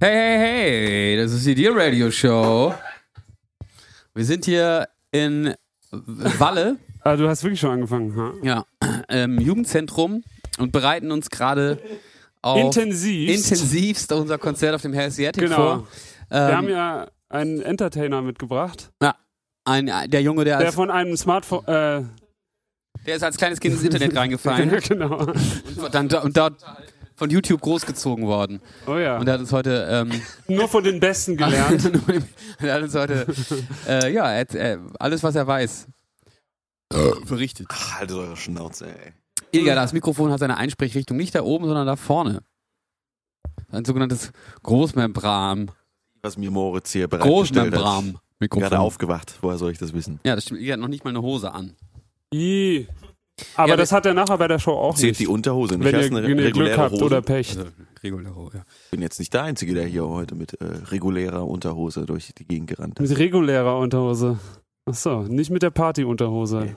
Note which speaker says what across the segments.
Speaker 1: Hey, hey, hey, das ist die Dear Radio Show. Wir sind hier in Walle,
Speaker 2: Ah, du hast wirklich schon angefangen. Ha?
Speaker 1: ja, im Jugendzentrum und bereiten uns gerade auf
Speaker 2: Intensiv.
Speaker 1: intensivst unser Konzert auf dem Hellseatic
Speaker 2: Genau.
Speaker 1: vor.
Speaker 2: Wir
Speaker 1: Ähm,
Speaker 2: haben ja einen Entertainer mitgebracht,
Speaker 1: ja, ein, äh, der Junge, der,
Speaker 2: der
Speaker 1: als,
Speaker 2: von einem Smartphone. Äh,
Speaker 1: der ist als kleines Kind ins Internet reingefallen
Speaker 2: genau.
Speaker 1: und, dann, da- und dort von YouTube großgezogen worden.
Speaker 2: Oh ja.
Speaker 1: Und der hat uns heute ähm,
Speaker 2: Nur von den Besten gelernt.
Speaker 1: er hat uns heute, äh, ja, er hat, äh, alles, was er weiß, berichtet.
Speaker 3: Halt eure Schnauze, ey.
Speaker 1: Ilga, das Mikrofon hat seine Einsprechrichtung nicht da oben, sondern da vorne. Ein sogenanntes Großmembran.
Speaker 3: Was mir Moritz hier bereitgestellt hat. Gerade
Speaker 1: Großmembran-Mikrofon.
Speaker 3: aufgewacht. Woher soll ich das wissen?
Speaker 1: Ja, das stimmt. Ilga hat noch nicht mal eine Hose an.
Speaker 2: I. Aber
Speaker 1: Ja,
Speaker 2: das hat er nachher bei der Show auch
Speaker 3: Zählt
Speaker 2: nicht.
Speaker 3: die Unterhose nicht.
Speaker 2: wenn ihr,
Speaker 3: Hast eine
Speaker 2: wenn ihr Glück
Speaker 3: reguläre
Speaker 2: habt
Speaker 3: Hose?
Speaker 2: oder Pech.
Speaker 1: Reguläre ja.
Speaker 3: Ich bin jetzt nicht der Einzige, der hier heute mit äh, regulärer Unterhose durch die Gegend gerannt ist.
Speaker 2: Mit regulärer Unterhose. Achso, nicht mit der Party-Unterhose.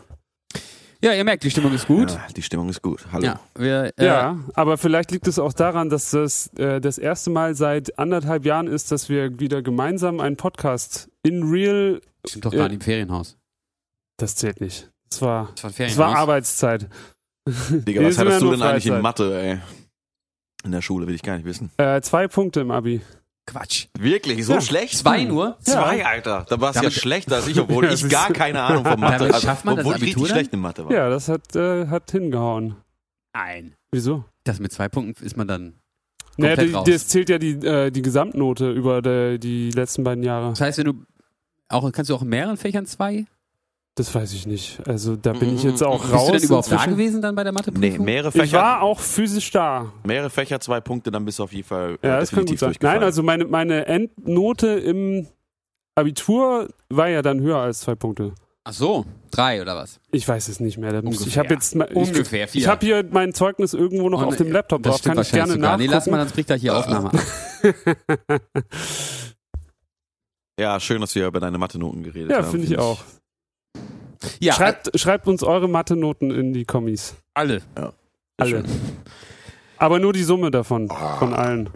Speaker 1: Ja, ihr merkt, die Stimmung ist gut.
Speaker 3: Ja, die Stimmung ist gut. Hallo.
Speaker 1: Ja, wir, äh, ja.
Speaker 2: Ja, aber vielleicht liegt es auch daran, dass das äh, das erste Mal seit anderthalb Jahren ist, dass wir wieder gemeinsam einen Podcast in real.
Speaker 1: sind doch
Speaker 2: Ja.
Speaker 1: gerade im Ferienhaus.
Speaker 2: Das zählt nicht. Das war,
Speaker 1: Das war ein
Speaker 2: das war
Speaker 1: Ferienhaus.
Speaker 2: Arbeitszeit.
Speaker 3: Digga,
Speaker 2: Wir
Speaker 3: was
Speaker 2: sind ja
Speaker 3: hattest du
Speaker 2: nur
Speaker 3: denn eigentlich in
Speaker 2: Freizeit.
Speaker 3: Mathe, ey? In der Schule will ich gar nicht wissen.
Speaker 2: Äh, zwei Punkte im Abi.
Speaker 1: Quatsch.
Speaker 3: Wirklich? So
Speaker 2: Ja.
Speaker 3: schlecht?
Speaker 1: Zwei
Speaker 2: Hm.
Speaker 1: nur?
Speaker 3: Zwei, Alter. Da warst du ja
Speaker 1: Damit-
Speaker 3: schlechter als ich, obwohl
Speaker 2: Ja,
Speaker 3: ich
Speaker 2: das
Speaker 3: gar
Speaker 2: ist-
Speaker 3: keine Ahnung von Mathe also
Speaker 1: Damit schafft man das
Speaker 3: obwohl ich
Speaker 1: Abitur
Speaker 3: richtig
Speaker 1: dann?
Speaker 3: schlecht in Mathe war.
Speaker 2: Ja, das hat, äh, hat hingehauen.
Speaker 1: Nein.
Speaker 2: Wieso?
Speaker 1: Das mit zwei Punkten ist man dann.
Speaker 2: Naja,
Speaker 1: Komplett
Speaker 2: die,
Speaker 1: raus.
Speaker 2: das zählt ja die, äh, die Gesamtnote über de, die letzten beiden Jahre.
Speaker 1: Das heißt, wenn du auch kannst du auch in mehreren Fächern zwei?
Speaker 2: Das weiß ich nicht. Also da bin ich jetzt auch
Speaker 1: Mhm, Bist
Speaker 2: raus.
Speaker 1: du denn überhaupt da
Speaker 2: inzwischen.
Speaker 1: gewesen dann bei der
Speaker 3: Nee,
Speaker 1: Matheprüfung?
Speaker 3: mehrere
Speaker 2: ich war
Speaker 3: Fächer,
Speaker 2: auch physisch da.
Speaker 3: mehrere Fächer, zwei Punkte, dann bist du auf jeden Fall äh,
Speaker 2: Ja, das kann gut
Speaker 3: definitiv
Speaker 2: sein. Nein,
Speaker 3: durchgefallen.
Speaker 2: also meine, meine Endnote im Abitur war ja dann höher als zwei Punkte.
Speaker 1: Ach so, drei oder was?
Speaker 2: Ich weiß es nicht mehr. Da muss, ich
Speaker 1: Ungefähr.
Speaker 2: habe jetzt ma- ich,
Speaker 1: Ungefähr vier.
Speaker 2: ich habe hier mein Zeugnis irgendwo noch
Speaker 1: Und,
Speaker 2: auf dem Laptop
Speaker 1: das
Speaker 2: drauf.
Speaker 1: stimmt
Speaker 2: Kann ich
Speaker 1: wahrscheinlich
Speaker 2: gerne
Speaker 1: sogar. Nee, lass mal,
Speaker 2: nachgucken.
Speaker 1: dann bricht da hier Aufnahme ab.
Speaker 3: ja, schön, dass wir über deine Mathe-Noten geredet
Speaker 2: ja,
Speaker 3: haben.
Speaker 2: finde ich auch.
Speaker 1: Ja,
Speaker 2: Schreibt, schreibt uns eure Mathe-Noten in die Kommis.
Speaker 1: alle.
Speaker 2: Alle. Aber nur die Summe davon, von allen.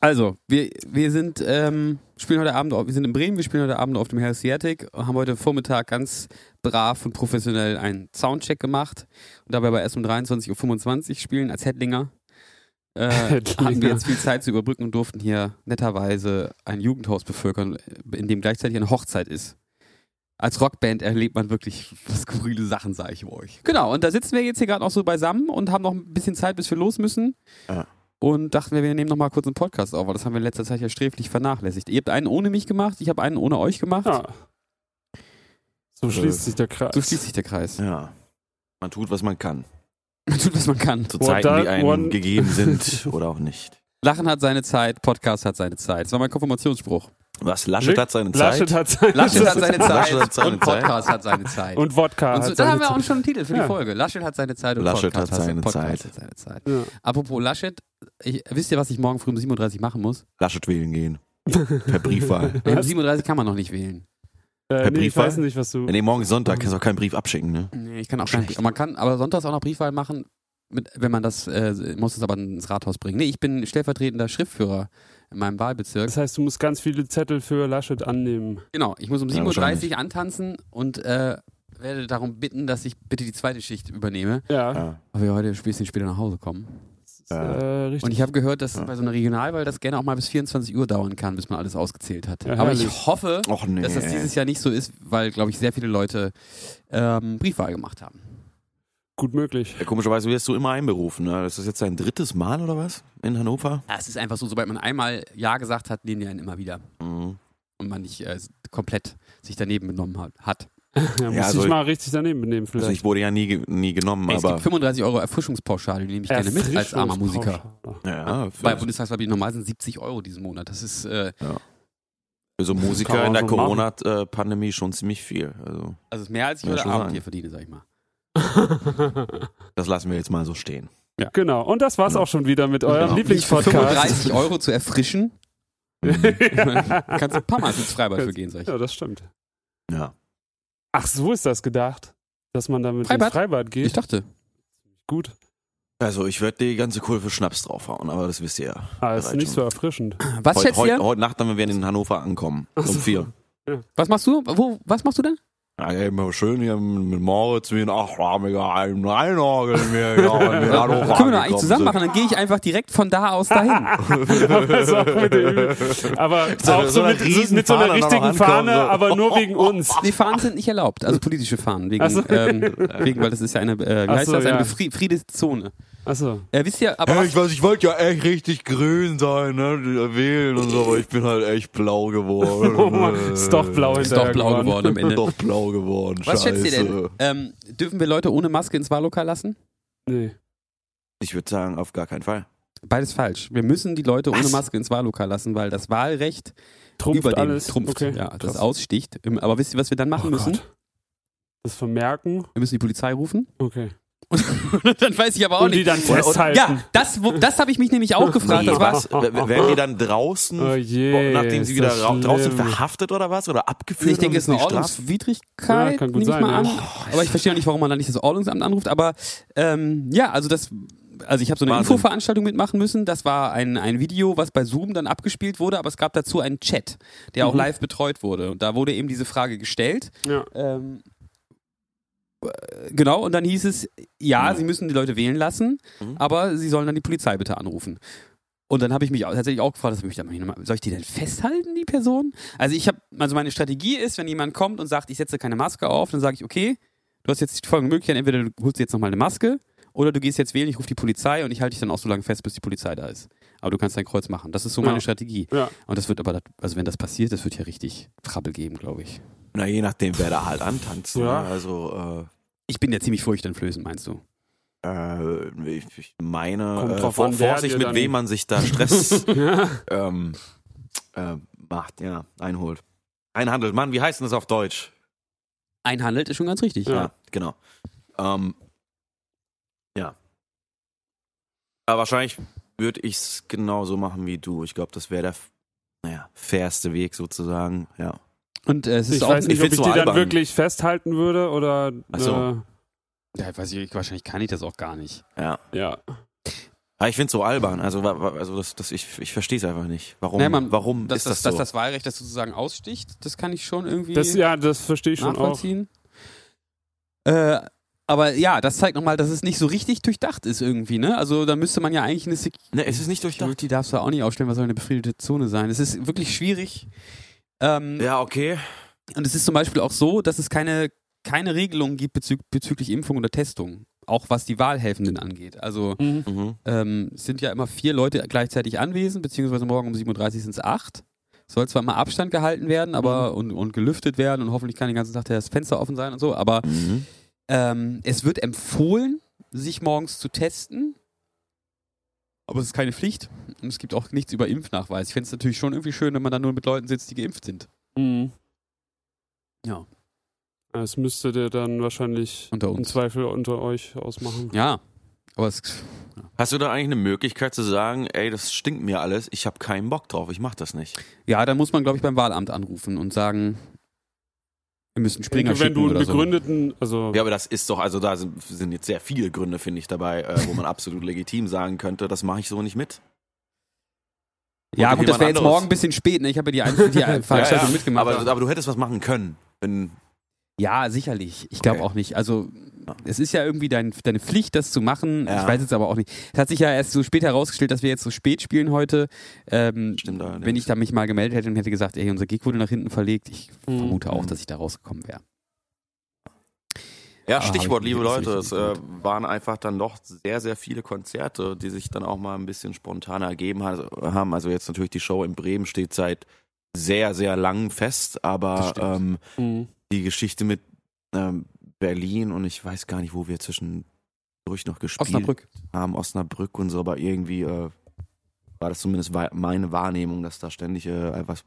Speaker 1: Also, wir, wir sind, ähm, spielen heute Abend, auf- wir sind in Bremen, wir spielen heute Abend auf dem Helsiatic, haben heute Vormittag ganz brav und professionell einen Soundcheck gemacht und dabei bei erst um 23.25 Uhr spielen als Headlinger. Äh,
Speaker 2: Headlinger.
Speaker 1: hatten wir jetzt viel Zeit zu überbrücken und durften hier netterweise ein Jugendhaus bevölkern, in dem gleichzeitig eine Hochzeit ist. Als Rockband erlebt man wirklich skurrile Sachen, sage ich euch. Genau, und da sitzen wir jetzt hier gerade noch so beisammen und haben noch ein bisschen Zeit, bis wir los müssen. Und dachten wir, wir nehmen noch mal kurz einen Podcast auf, weil das haben wir in letzter Zeit ja sträflich vernachlässigt. Ihr habt einen ohne mich gemacht, ich habe einen ohne euch gemacht.
Speaker 2: Ja. So schließt sich der Kreis.
Speaker 1: So schließt sich der Kreis.
Speaker 3: Ja. Man tut, was man kann.
Speaker 1: Man tut, was man kann.
Speaker 3: Zu
Speaker 2: What
Speaker 3: Zeiten, die
Speaker 2: that
Speaker 3: einem
Speaker 2: one-
Speaker 3: gegeben sind oder auch nicht.
Speaker 1: Lachen hat seine Zeit, Podcast hat seine Zeit. Das war mein Konfirmationsspruch.
Speaker 3: Was? Laschet
Speaker 2: Rick-
Speaker 3: hat seine
Speaker 2: Laschet
Speaker 3: Zeit.
Speaker 2: hat seine
Speaker 1: Laschet hat seine Zeit
Speaker 3: Laschet hat seine
Speaker 1: und
Speaker 3: Zeit.
Speaker 1: Podcast hat seine Zeit.
Speaker 2: Und Wodka
Speaker 1: Und so,
Speaker 2: hat
Speaker 1: da haben
Speaker 2: seine
Speaker 1: wir auch schon einen Titel für die
Speaker 2: Ja.
Speaker 1: Folge. Laschet hat seine Zeit und
Speaker 3: Laschet
Speaker 1: Podcast,
Speaker 3: hat seine
Speaker 1: Podcast
Speaker 3: Zeit.
Speaker 1: hat seine Zeit.
Speaker 2: Ja.
Speaker 1: Apropos Laschet, ich, wisst ihr, was ich morgen früh um 37 machen muss?
Speaker 3: Laschet wählen gehen.
Speaker 2: Äh,
Speaker 3: Per Briefwahl.
Speaker 1: Um
Speaker 2: Was?
Speaker 1: 37 kann man noch nicht wählen.
Speaker 2: Äh,
Speaker 3: Per
Speaker 2: nee, ich
Speaker 3: Briefwahl?
Speaker 2: weiß nicht, was du.
Speaker 3: Nee, morgen ist Sonntag, kannst auch keinen Brief abschicken, ne?
Speaker 1: Nee, ich kann auch gar nicht.
Speaker 3: Schlecht.
Speaker 1: Aber Man kann aber sonntags auch noch Briefwahl machen, mit, wenn man das, äh, muss es aber ins Rathaus bringen. Nee, ich bin stellvertretender Schriftführer in meinem Wahlbezirk.
Speaker 2: Das heißt, du musst ganz viele Zettel für Laschet annehmen.
Speaker 1: Genau, ich muss um
Speaker 3: Ja,
Speaker 1: 7.30 Uhr antanzen und äh, werde darum bitten, dass ich bitte die zweite Schicht übernehme,
Speaker 2: Ja,
Speaker 3: Ja.
Speaker 1: weil wir heute ein bisschen später nach Hause kommen.
Speaker 2: das ist,
Speaker 3: Ja.
Speaker 2: äh, richtig.
Speaker 1: Und ich habe gehört, dass
Speaker 3: Ja.
Speaker 1: bei so einer Regionalwahl das gerne auch mal bis 24 Uhr dauern kann, bis man alles ausgezählt hat.
Speaker 2: Ja,
Speaker 1: aber
Speaker 2: herrlich.
Speaker 1: ich hoffe,
Speaker 3: Och nee.
Speaker 1: dass das dieses Jahr nicht so ist, weil, glaube ich, sehr viele Leute ähm, Briefwahl gemacht haben.
Speaker 2: Gut möglich.
Speaker 3: Ja, komischerweise wirst du immer einberufen. Ne? Das ist jetzt dein drittes Mal oder was in Hannover?
Speaker 1: Ja, es ist einfach so, sobald man einmal Ja gesagt hat, nehmen die einen immer wieder.
Speaker 3: Mhm.
Speaker 1: Und man nicht äh, komplett sich daneben benommen hat. hat.
Speaker 2: Ja, muss
Speaker 3: also-
Speaker 2: ich mal richtig daneben benehmen
Speaker 3: Also
Speaker 2: vielleicht.
Speaker 3: ich wurde ja nie, ge- nie genommen,
Speaker 1: Ey, es gibt
Speaker 3: aber
Speaker 1: 35 Euro Erfrischungspauschale, die nehme ich gerne mit als armer Musiker.
Speaker 2: Erfrischungspauschale.
Speaker 3: ja,
Speaker 1: Bei
Speaker 3: für,
Speaker 1: Bundestagswahl normal sind 70 Euro diesen Monat. Das ist, äh,
Speaker 3: für so
Speaker 2: Kann
Speaker 3: Musiker
Speaker 2: man
Speaker 3: in der
Speaker 2: so machen.
Speaker 3: Corona-Pandemie schon ziemlich viel. Also
Speaker 1: also ist mehr als ich
Speaker 3: Ja,
Speaker 1: heute
Speaker 3: schon
Speaker 1: Abend
Speaker 3: sagen.
Speaker 1: hier verdiene, sag ich mal.
Speaker 3: das lassen wir jetzt mal so stehen.
Speaker 2: Genau, und das war's auch schon wieder mit eurem
Speaker 3: Genau.
Speaker 1: Mich für
Speaker 2: Lieblingspodcast.
Speaker 1: 35 Euro zu erfrischen, kannst du ein paar Mal ins Freibad für gehen, sag ich.
Speaker 2: ja, das stimmt.
Speaker 3: Ja.
Speaker 2: Ach, so ist das gedacht, dass man damit ins
Speaker 1: Freibad?
Speaker 2: Freibad geht.
Speaker 1: Ich dachte,
Speaker 2: Gut,
Speaker 3: Also ich werde die ganze Kurve Schnaps draufhauen, aber das wisst ihr ja.
Speaker 2: ah, ist
Speaker 3: Bereit
Speaker 2: nicht
Speaker 3: schon.
Speaker 2: so erfrischend.
Speaker 1: was
Speaker 3: Heute,
Speaker 1: schätzt
Speaker 3: heute,
Speaker 1: ihr?
Speaker 3: heute Nacht, dann, wenn wir in Hannover ankommen. Um
Speaker 2: so.
Speaker 3: vier.
Speaker 1: Was machst du? Wo, was machst du denn?
Speaker 3: Ja, immer schön hier mit Moritz wie ein achtarmiger einen Reinorgeln mir. Ja, wenn wir in Hannover
Speaker 1: Also Können wir doch eigentlich
Speaker 3: angekommen
Speaker 1: zusammen
Speaker 3: sind.
Speaker 1: machen, dann gehe ich einfach direkt von da aus dahin.
Speaker 2: aber so auch mit, der- aber
Speaker 3: So-
Speaker 2: auch
Speaker 3: so
Speaker 2: so
Speaker 3: einer
Speaker 2: mit, so- mit so
Speaker 3: Riesenfahne
Speaker 2: einer
Speaker 3: noch
Speaker 2: richtigen
Speaker 3: rankommen,
Speaker 2: Fahne,
Speaker 3: so.
Speaker 2: aber nur wegen uns.
Speaker 1: Die Fahnen sind nicht erlaubt, also politische Fahnen, wegen,
Speaker 2: Ach so.
Speaker 1: ähm, wegen weil das ist ja eine, äh, wie
Speaker 2: Ach
Speaker 1: heißt
Speaker 2: so,
Speaker 1: das, eine
Speaker 2: ja.
Speaker 1: befri- Friedenszone.
Speaker 2: Achso.
Speaker 1: Äh, wisst ihr, aber
Speaker 3: Ja,
Speaker 1: was,
Speaker 3: ich weiß, ich wollte ja echt richtig grün sein, ne? Wählen und so, aber ich bin halt echt blau geworden.
Speaker 2: Oh Mann, ist doch blau
Speaker 1: Äh, ist doch blau geworden am
Speaker 3: Bin
Speaker 1: Ende.
Speaker 3: doch blau geworden.
Speaker 1: Was
Speaker 3: Scheiße.
Speaker 1: schätzt ihr denn? Ähm, dürfen wir Leute ohne Maske ins Wahllokal lassen?
Speaker 2: Nee.
Speaker 3: Ich würde sagen, auf gar keinen Fall.
Speaker 1: Beides falsch. Wir müssen die Leute ohne
Speaker 3: Was?
Speaker 1: Maske ins Wahllokal lassen, weil das Wahlrecht
Speaker 2: Trumpft
Speaker 1: über den
Speaker 2: alles.
Speaker 1: trumpft,
Speaker 2: Okay.
Speaker 1: ja, das
Speaker 2: krass.
Speaker 1: aussticht. Im- Aber wisst ihr, was wir dann machen
Speaker 2: Oh
Speaker 1: müssen?
Speaker 2: Gott. Das Vermerken.
Speaker 1: Wir müssen die Polizei rufen.
Speaker 2: Okay.
Speaker 1: Und dann weiß ich aber auch
Speaker 2: Und die
Speaker 1: nicht.
Speaker 2: dann festhalten.
Speaker 1: ja, das, wo- das habe ich mich nämlich auch gefragt.
Speaker 3: Nee,
Speaker 1: Das war,
Speaker 3: was? W- w- Werden die dann draußen,
Speaker 2: Oh je,
Speaker 3: nachdem
Speaker 2: ist
Speaker 3: sie wieder
Speaker 2: das
Speaker 3: ra draußen
Speaker 2: schlimm.
Speaker 3: verhaftet oder was? Oder abgeführt?
Speaker 1: ich denke,
Speaker 3: und
Speaker 1: es ist eine
Speaker 3: müssen die strafen?
Speaker 1: Ordnungswidrigkeit,
Speaker 2: Ja, kann gut
Speaker 1: nehme ich
Speaker 2: sein,
Speaker 1: mal an.
Speaker 2: ja.
Speaker 1: Aber ich verstehe auch nicht, warum man da nicht das Ordnungsamt anruft. Aber ähm, ja, also das, also ich habe so eine
Speaker 3: Wahnsinn.
Speaker 1: Infoveranstaltung mitmachen müssen. Das war ein, ein Video, was bei Zoom dann abgespielt wurde, aber es gab dazu einen Chat, der auch
Speaker 2: Mhm.
Speaker 1: live betreut wurde. Und da wurde eben diese Frage gestellt.
Speaker 2: Ja.
Speaker 1: Ähm, äh, genau, und dann hieß es, ja,
Speaker 3: Mhm.
Speaker 1: sie müssen die Leute wählen lassen,
Speaker 3: Mhm.
Speaker 1: aber sie sollen dann die Polizei bitte anrufen. Und dann habe ich mich auch, tatsächlich auch gefragt, das würde ich dann mal- soll ich die denn festhalten, die Person? Also ich habe, also meine Strategie ist, wenn jemand kommt und sagt, ich setze keine Maske auf, dann sage ich, okay, du hast jetzt die folgende Möglichkeit, entweder du holst dir jetzt nochmal eine Maske oder du gehst jetzt wählen, ich rufe die Polizei und ich halte dich dann auch so lange fest, bis die Polizei da ist. Aber du kannst dein Kreuz machen. Das ist so meine
Speaker 2: Ja.
Speaker 1: Strategie.
Speaker 2: Ja.
Speaker 1: Und das wird aber, also wenn das passiert, das wird ja richtig Trabbel geben, glaube ich.
Speaker 3: Na, je nachdem, wer da halt antanzt. ne?
Speaker 2: Ja.
Speaker 3: Also,
Speaker 1: Ich bin ja ziemlich furchteinflößend, meinst du?
Speaker 3: äh, äh, ich, ich meine,
Speaker 2: Kommt
Speaker 3: äh,
Speaker 2: drauf
Speaker 3: vor,
Speaker 2: an, wer
Speaker 3: Vorsicht,
Speaker 2: dir
Speaker 3: mit
Speaker 2: dann-
Speaker 3: wem man sich da Stress
Speaker 2: Ja.
Speaker 3: ähm, äh, macht, ja, einholt. Einhandelt. Mann, wie heißt denn das auf Deutsch?
Speaker 1: Einhandelt ist schon ganz richtig.
Speaker 2: Ja.
Speaker 3: genau. Ähm, ja. Aber wahrscheinlich würde ich es genauso machen wie du. Ich glaube, das wäre der f- naja, fairste Weg sozusagen. Ja.
Speaker 1: Und äh, es ist
Speaker 2: Ich
Speaker 1: auch,
Speaker 2: weiß nicht,
Speaker 3: ich
Speaker 2: ob ich
Speaker 3: find's
Speaker 2: die
Speaker 3: nur
Speaker 2: dann
Speaker 3: albern.
Speaker 2: wirklich festhalten würde oder.
Speaker 3: Ach so.
Speaker 1: ja, weiß ich, wahrscheinlich kann ich das auch gar nicht.
Speaker 3: ja.
Speaker 2: Äh, ja.
Speaker 3: Aber ich finde es so albern. Also, wa- wa- also das, das, ich, ich verstehe es einfach nicht. Warum,
Speaker 1: Naja, man-
Speaker 3: warum
Speaker 1: Dass
Speaker 3: ist
Speaker 1: das,
Speaker 3: das,
Speaker 1: dass
Speaker 3: so?
Speaker 1: das Wahlrecht das sozusagen aussticht, das kann ich schon irgendwie
Speaker 2: Das, ja, das verstehe ich schon auch.
Speaker 1: nachvollziehen. Äh, aber ja, das zeigt nochmal, dass es nicht so richtig durchdacht ist irgendwie, ne? Also da müsste man ja eigentlich eine
Speaker 3: ne, es ist nicht durchdacht.
Speaker 1: Security darfst du auch nicht aufstellen, was soll eine befriedete Zone sein? Es ist wirklich schwierig. Ähm,
Speaker 3: Ja, okay.
Speaker 1: Und es ist zum Beispiel auch so, dass es keine, keine Regelungen gibt bezü bezüglich Impfung oder Testung. Auch was die Wahlhelfenden angeht. Also
Speaker 2: Mhm.
Speaker 3: Mhm.
Speaker 1: ähm, es sind ja immer vier Leute gleichzeitig anwesend, beziehungsweise morgen um 7.30 Uhr sind es acht. Soll zwar mal Abstand gehalten werden, aber und, und gelüftet werden und hoffentlich kann den ganzen Tag das Fenster offen sein und so, aber
Speaker 3: Mhm.
Speaker 1: ähm, es wird empfohlen, sich morgens zu testen. Aber es ist keine Pflicht und es gibt auch nichts über Impfnachweis. Ich fände es natürlich schon irgendwie schön, wenn man dann nur mit Leuten sitzt, die geimpft sind.
Speaker 2: Mhm.
Speaker 1: Ja.
Speaker 2: Das müsstet ihr dann wahrscheinlich
Speaker 1: Unter
Speaker 2: im
Speaker 1: uns.
Speaker 2: Zweifel unter euch ausmachen.
Speaker 1: Ja, aber es,
Speaker 3: Hast du da eigentlich eine Möglichkeit zu sagen, ey, das stinkt mir alles, ich habe keinen Bock drauf, ich mach das nicht?
Speaker 1: ja, dann muss man, glaube ich, beim Wahlamt anrufen und sagen, wir müssen Springer
Speaker 2: Wenn
Speaker 1: schicken
Speaker 2: du einen
Speaker 1: oder so.
Speaker 2: begründeten, also
Speaker 3: Ja, aber das ist doch, also da sind, sind jetzt sehr viele Gründe, finde ich, dabei, äh, wo man absolut legitim sagen könnte, das mache ich so nicht mit.
Speaker 1: Ja,
Speaker 3: Oder
Speaker 1: gut, das
Speaker 3: jemand
Speaker 1: wäre jetzt
Speaker 3: anderes.
Speaker 1: morgen ein bisschen spät. Ne? Ich habe ja die, Ein- die Veranstaltung mitgemacht.
Speaker 3: Aber, aber du hättest was machen können. Wenn,
Speaker 1: ja, sicherlich. Ich glaube
Speaker 3: Okay.
Speaker 1: auch nicht. Also,
Speaker 3: Ja.
Speaker 1: es ist ja irgendwie dein, deine Pflicht, das zu machen.
Speaker 3: Ja.
Speaker 1: Ich weiß jetzt aber auch nicht. Es hat sich ja erst so spät herausgestellt, dass wir jetzt so spät spielen heute. Ähm,
Speaker 3: Stimmt allerdings.
Speaker 1: wenn ich da mich mal gemeldet hätte und hätte gesagt, ey, unser Gig wurde nach hinten verlegt, ich
Speaker 2: Mhm.
Speaker 1: vermute auch,
Speaker 3: Mhm.
Speaker 1: dass ich da rausgekommen wäre.
Speaker 3: Ja,
Speaker 1: Ah, hab
Speaker 3: Stichwort,
Speaker 1: ich-
Speaker 3: liebe
Speaker 1: das hab ich
Speaker 3: Leute, es
Speaker 1: nicht
Speaker 3: äh,
Speaker 1: gehört.
Speaker 3: waren einfach dann doch sehr, sehr viele Konzerte, die sich dann auch mal ein bisschen spontan ergeben ha- haben. Also jetzt natürlich die Show in Bremen steht seit sehr, sehr langem fest,
Speaker 1: Das
Speaker 3: aber
Speaker 1: stimmt.
Speaker 3: ähm,
Speaker 2: Mhm.
Speaker 3: die Geschichte mit ähm, Berlin und ich weiß gar nicht, wo wir zwischendurch noch gespielt
Speaker 1: Osnabrück.
Speaker 3: haben, Osnabrück und so, aber irgendwie äh, war das zumindest wei- meine Wahrnehmung, dass da ständig äh, einfach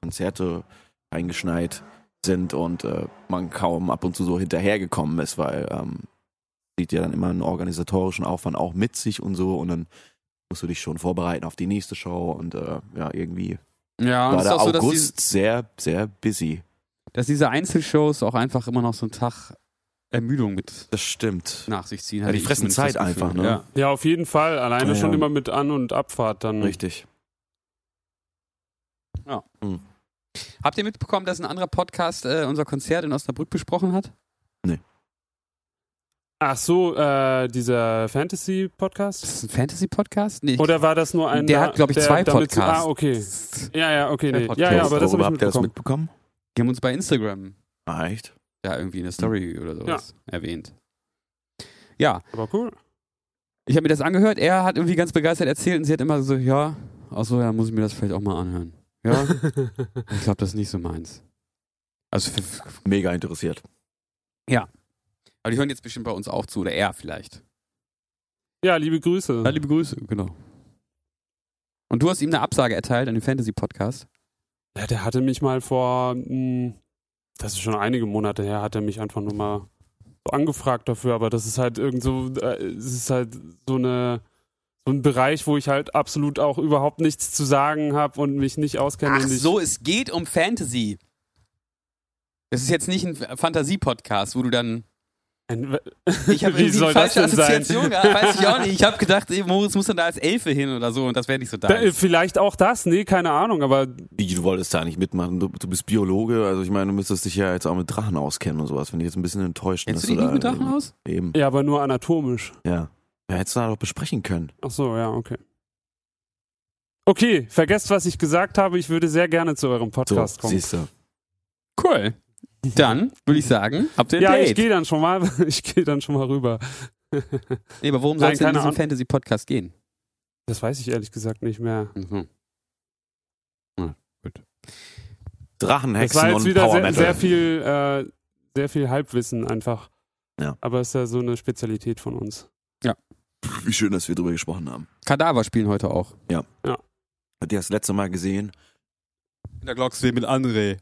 Speaker 3: Konzerte eingeschneit sind und äh, man kaum ab und zu so hinterhergekommen ist, weil ähm, sieht ja dann immer einen organisatorischen Aufwand auch mit sich und so und dann musst du dich schon vorbereiten auf die nächste Show und äh, ja, irgendwie
Speaker 1: Ja, und
Speaker 3: war
Speaker 1: es ist
Speaker 3: der
Speaker 1: auch so, dass die,
Speaker 3: August sehr, sehr busy.
Speaker 1: dass diese Einzelshows auch einfach immer noch so einen Tag Ermüdung mit
Speaker 3: Das stimmt.
Speaker 1: nach sich ziehen.
Speaker 3: Ja,
Speaker 1: hatte
Speaker 3: die
Speaker 1: ich
Speaker 3: fressen
Speaker 1: zumindest das
Speaker 3: Zeit
Speaker 1: Gefühl.
Speaker 3: einfach, ne?
Speaker 1: Ja.
Speaker 2: Ja, auf jeden Fall. Alleine
Speaker 3: Ja,
Speaker 2: schon
Speaker 3: ja.
Speaker 2: immer mit An- und Abfahrt dann.
Speaker 3: Richtig.
Speaker 1: Habt ihr mitbekommen, dass ein anderer Podcast äh, unser Konzert in Osnabrück besprochen hat?
Speaker 2: Ach so, äh, dieser Fantasy-Podcast?
Speaker 1: Das ist ein Fantasy-Podcast? Nee, ich-
Speaker 2: Oder war das nur ein.
Speaker 1: der hat, glaube ich,
Speaker 2: der
Speaker 1: zwei
Speaker 2: damit-
Speaker 1: Podcasts. Also
Speaker 2: Ah, okay. Ja, ja, okay.
Speaker 1: Der
Speaker 2: Nee. Ja,
Speaker 1: Podcast.
Speaker 2: ja, aber das
Speaker 3: Worüber
Speaker 2: habe ich
Speaker 3: habt ihr das
Speaker 2: mitbekommen.
Speaker 3: mitbekommen?
Speaker 1: Die haben uns bei Instagram
Speaker 3: Ah, echt?
Speaker 1: Hm. ja irgendwie in der Story oder sowas erwähnt. Ja,
Speaker 2: Aber cool.
Speaker 1: Ich habe mir das angehört, er hat irgendwie ganz begeistert erzählt und sie hat immer so, ja, achso, ja, muss ich mir das vielleicht auch mal anhören. Ja, ich glaube, das ist nicht so meins. Also, f- f-
Speaker 3: Mega interessiert.
Speaker 1: aber die hören jetzt bestimmt bei uns auch zu, oder er vielleicht.
Speaker 2: ja, liebe Grüße.
Speaker 1: Ja, liebe Grüße, genau. Und du hast ihm eine Absage erteilt an den Fantasy-Podcast.
Speaker 2: Ja, der hatte mich mal vor, mh, das ist schon einige Monate her, hat er mich einfach nur mal so angefragt dafür, aber das ist halt irgend so, äh, es ist halt so eine so ein Bereich, wo ich halt absolut auch überhaupt nichts zu sagen habe und mich nicht auskenne. und ich,
Speaker 1: es geht um Fantasy. Es ist jetzt nicht ein Fantasie-Podcast, wo du dann.
Speaker 2: Ein-
Speaker 1: Ich habe
Speaker 2: Wie
Speaker 1: irgendwie
Speaker 2: soll
Speaker 1: eine
Speaker 2: das
Speaker 1: falsche
Speaker 2: denn sein?
Speaker 1: Assoziation gehabt, weiß ich auch nicht. Ich habe gedacht, ey, Moritz muss dann da als Elfe hin oder so und das wäre nicht so da.
Speaker 2: Da, äh, vielleicht auch das, nee, keine Ahnung, aber
Speaker 3: Wie, du wolltest da nicht mitmachen. Du, du bist Biologe, also ich meine, du müsstest dich ja jetzt auch mit Drachen auskennen und sowas. Finde ich jetzt ein bisschen enttäuscht.
Speaker 1: Kennst du
Speaker 3: dass
Speaker 1: dich nicht mit
Speaker 3: da
Speaker 1: Drachen aus?
Speaker 3: Eben,
Speaker 2: ja, aber nur anatomisch.
Speaker 3: ja. Ja, hättest du da doch besprechen können.
Speaker 2: Ach so, ja, okay. Okay, vergesst, was ich gesagt habe. Ich würde sehr gerne zu eurem
Speaker 3: So,
Speaker 2: Podcast kommen.
Speaker 3: siehst du.
Speaker 1: Cool. Dann würde ich sagen, habt ihr ein
Speaker 2: Ja, ich
Speaker 1: Date.
Speaker 2: gehe dann schon mal, ich gehe dann schon mal rüber.
Speaker 1: nee, aber worum soll es denn in
Speaker 2: Nein, keine
Speaker 1: diesem
Speaker 2: Ahnung.
Speaker 1: Fantasy-Podcast gehen?
Speaker 2: Das weiß ich ehrlich gesagt nicht mehr.
Speaker 1: Mhm.
Speaker 3: Drachen,
Speaker 2: Das
Speaker 3: Hexen
Speaker 2: war jetzt
Speaker 3: und
Speaker 2: wieder
Speaker 3: Power
Speaker 2: sehr,
Speaker 3: Metal.
Speaker 2: sehr viel, äh, sehr viel Halbwissen einfach.
Speaker 3: Ja.
Speaker 2: Aber ist ja so eine Spezialität von uns.
Speaker 3: Wie schön, dass wir drüber gesprochen haben.
Speaker 1: Kadaver spielen heute auch.
Speaker 3: Hat ihr das letzte Mal gesehen?
Speaker 1: In der Glocksee mit André.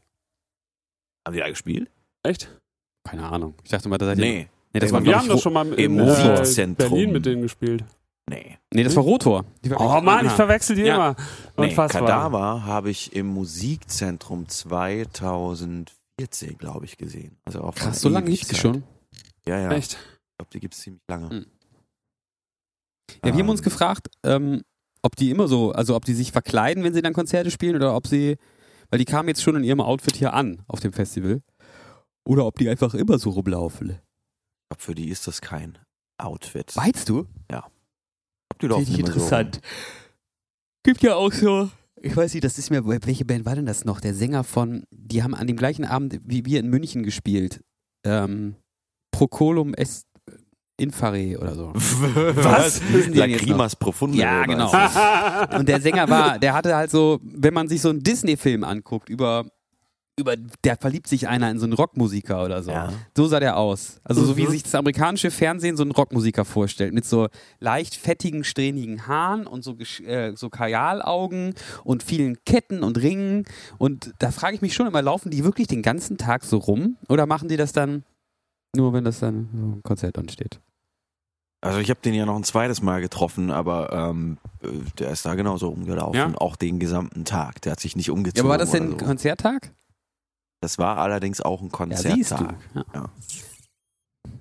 Speaker 3: Haben die da gespielt?
Speaker 2: Echt?
Speaker 1: Keine Ahnung. Ich dachte mal, da seid ihr.
Speaker 3: Nee,
Speaker 1: Nee, das war,
Speaker 3: Ey,
Speaker 2: Wir
Speaker 3: glaub
Speaker 2: haben
Speaker 3: ich,
Speaker 2: das
Speaker 3: wo-
Speaker 2: schon mal
Speaker 3: im
Speaker 2: in äh,
Speaker 3: Musikzentrum.
Speaker 2: Berlin mit denen gespielt.
Speaker 3: nee.
Speaker 1: nee, das war Rotor. Die war
Speaker 2: Oh Mann, ich verwechsel die
Speaker 1: Ja.
Speaker 2: immer.
Speaker 3: Ah. nee.
Speaker 2: Unfassbar.
Speaker 3: Kadaver habe ich im Musikzentrum 2014, glaube ich, gesehen. Also auch vor
Speaker 1: Krass, so
Speaker 3: einer
Speaker 1: lange gibt's die
Speaker 3: Ewigkeit.
Speaker 1: schon.
Speaker 3: Ja, ja.
Speaker 2: Echt?
Speaker 3: Ich glaube, die gibt es ziemlich lange.
Speaker 1: Hm. Ja, wir haben uns
Speaker 3: Ähm,
Speaker 1: gefragt, ähm, ob die immer so, also ob die sich verkleiden, wenn sie dann Konzerte spielen oder ob sie, weil die kamen jetzt schon in ihrem Outfit hier an auf dem Festival. Oder ob die einfach immer so rumlaufen.
Speaker 3: Ich glaub, für die ist das kein Outfit.
Speaker 1: Weißt du?
Speaker 3: Die
Speaker 1: Finde ich
Speaker 3: immer so rum.
Speaker 1: interessant. Gibt ja auch so. Ich weiß nicht, das ist mir, welche Band war denn das noch? Der Sänger von, die haben an dem gleichen Abend wie wir in München gespielt. Ähm, Procolum est infare oder so.
Speaker 3: Was?
Speaker 1: Was wissen die denn jetzt
Speaker 3: Lacrimas Profunde.
Speaker 1: Ja,
Speaker 3: oder was?
Speaker 1: genau. Und der Sänger war, der hatte halt so, wenn man sich so einen Disney-Film anguckt, über, über, der verliebt sich einer in so einen Rockmusiker oder so.
Speaker 3: Ja.
Speaker 1: So sah der aus. Also so wie
Speaker 3: Mhm.
Speaker 1: sich das amerikanische Fernsehen so einen Rockmusiker vorstellt. Mit so leicht fettigen, strähnigen Haaren und so, gesch- äh, so Kajalaugen und vielen Ketten und Ringen. Und da frage ich mich schon immer, laufen die wirklich den ganzen Tag so rum? Oder machen die das dann nur, wenn das dann so ein Konzert ansteht?
Speaker 3: Also ich habe den ja noch ein zweites Mal getroffen, aber ähm, äh, der ist da genauso rumgelaufen,
Speaker 2: Ja?
Speaker 3: auch den gesamten Tag. Der hat sich nicht umgezogen.
Speaker 1: Ja, aber war das denn ein
Speaker 3: oder so.
Speaker 1: Konzerttag?
Speaker 3: Das war allerdings auch ein
Speaker 1: Ja,
Speaker 3: Konzerttag.
Speaker 1: siehst du. Ja.
Speaker 3: Ja.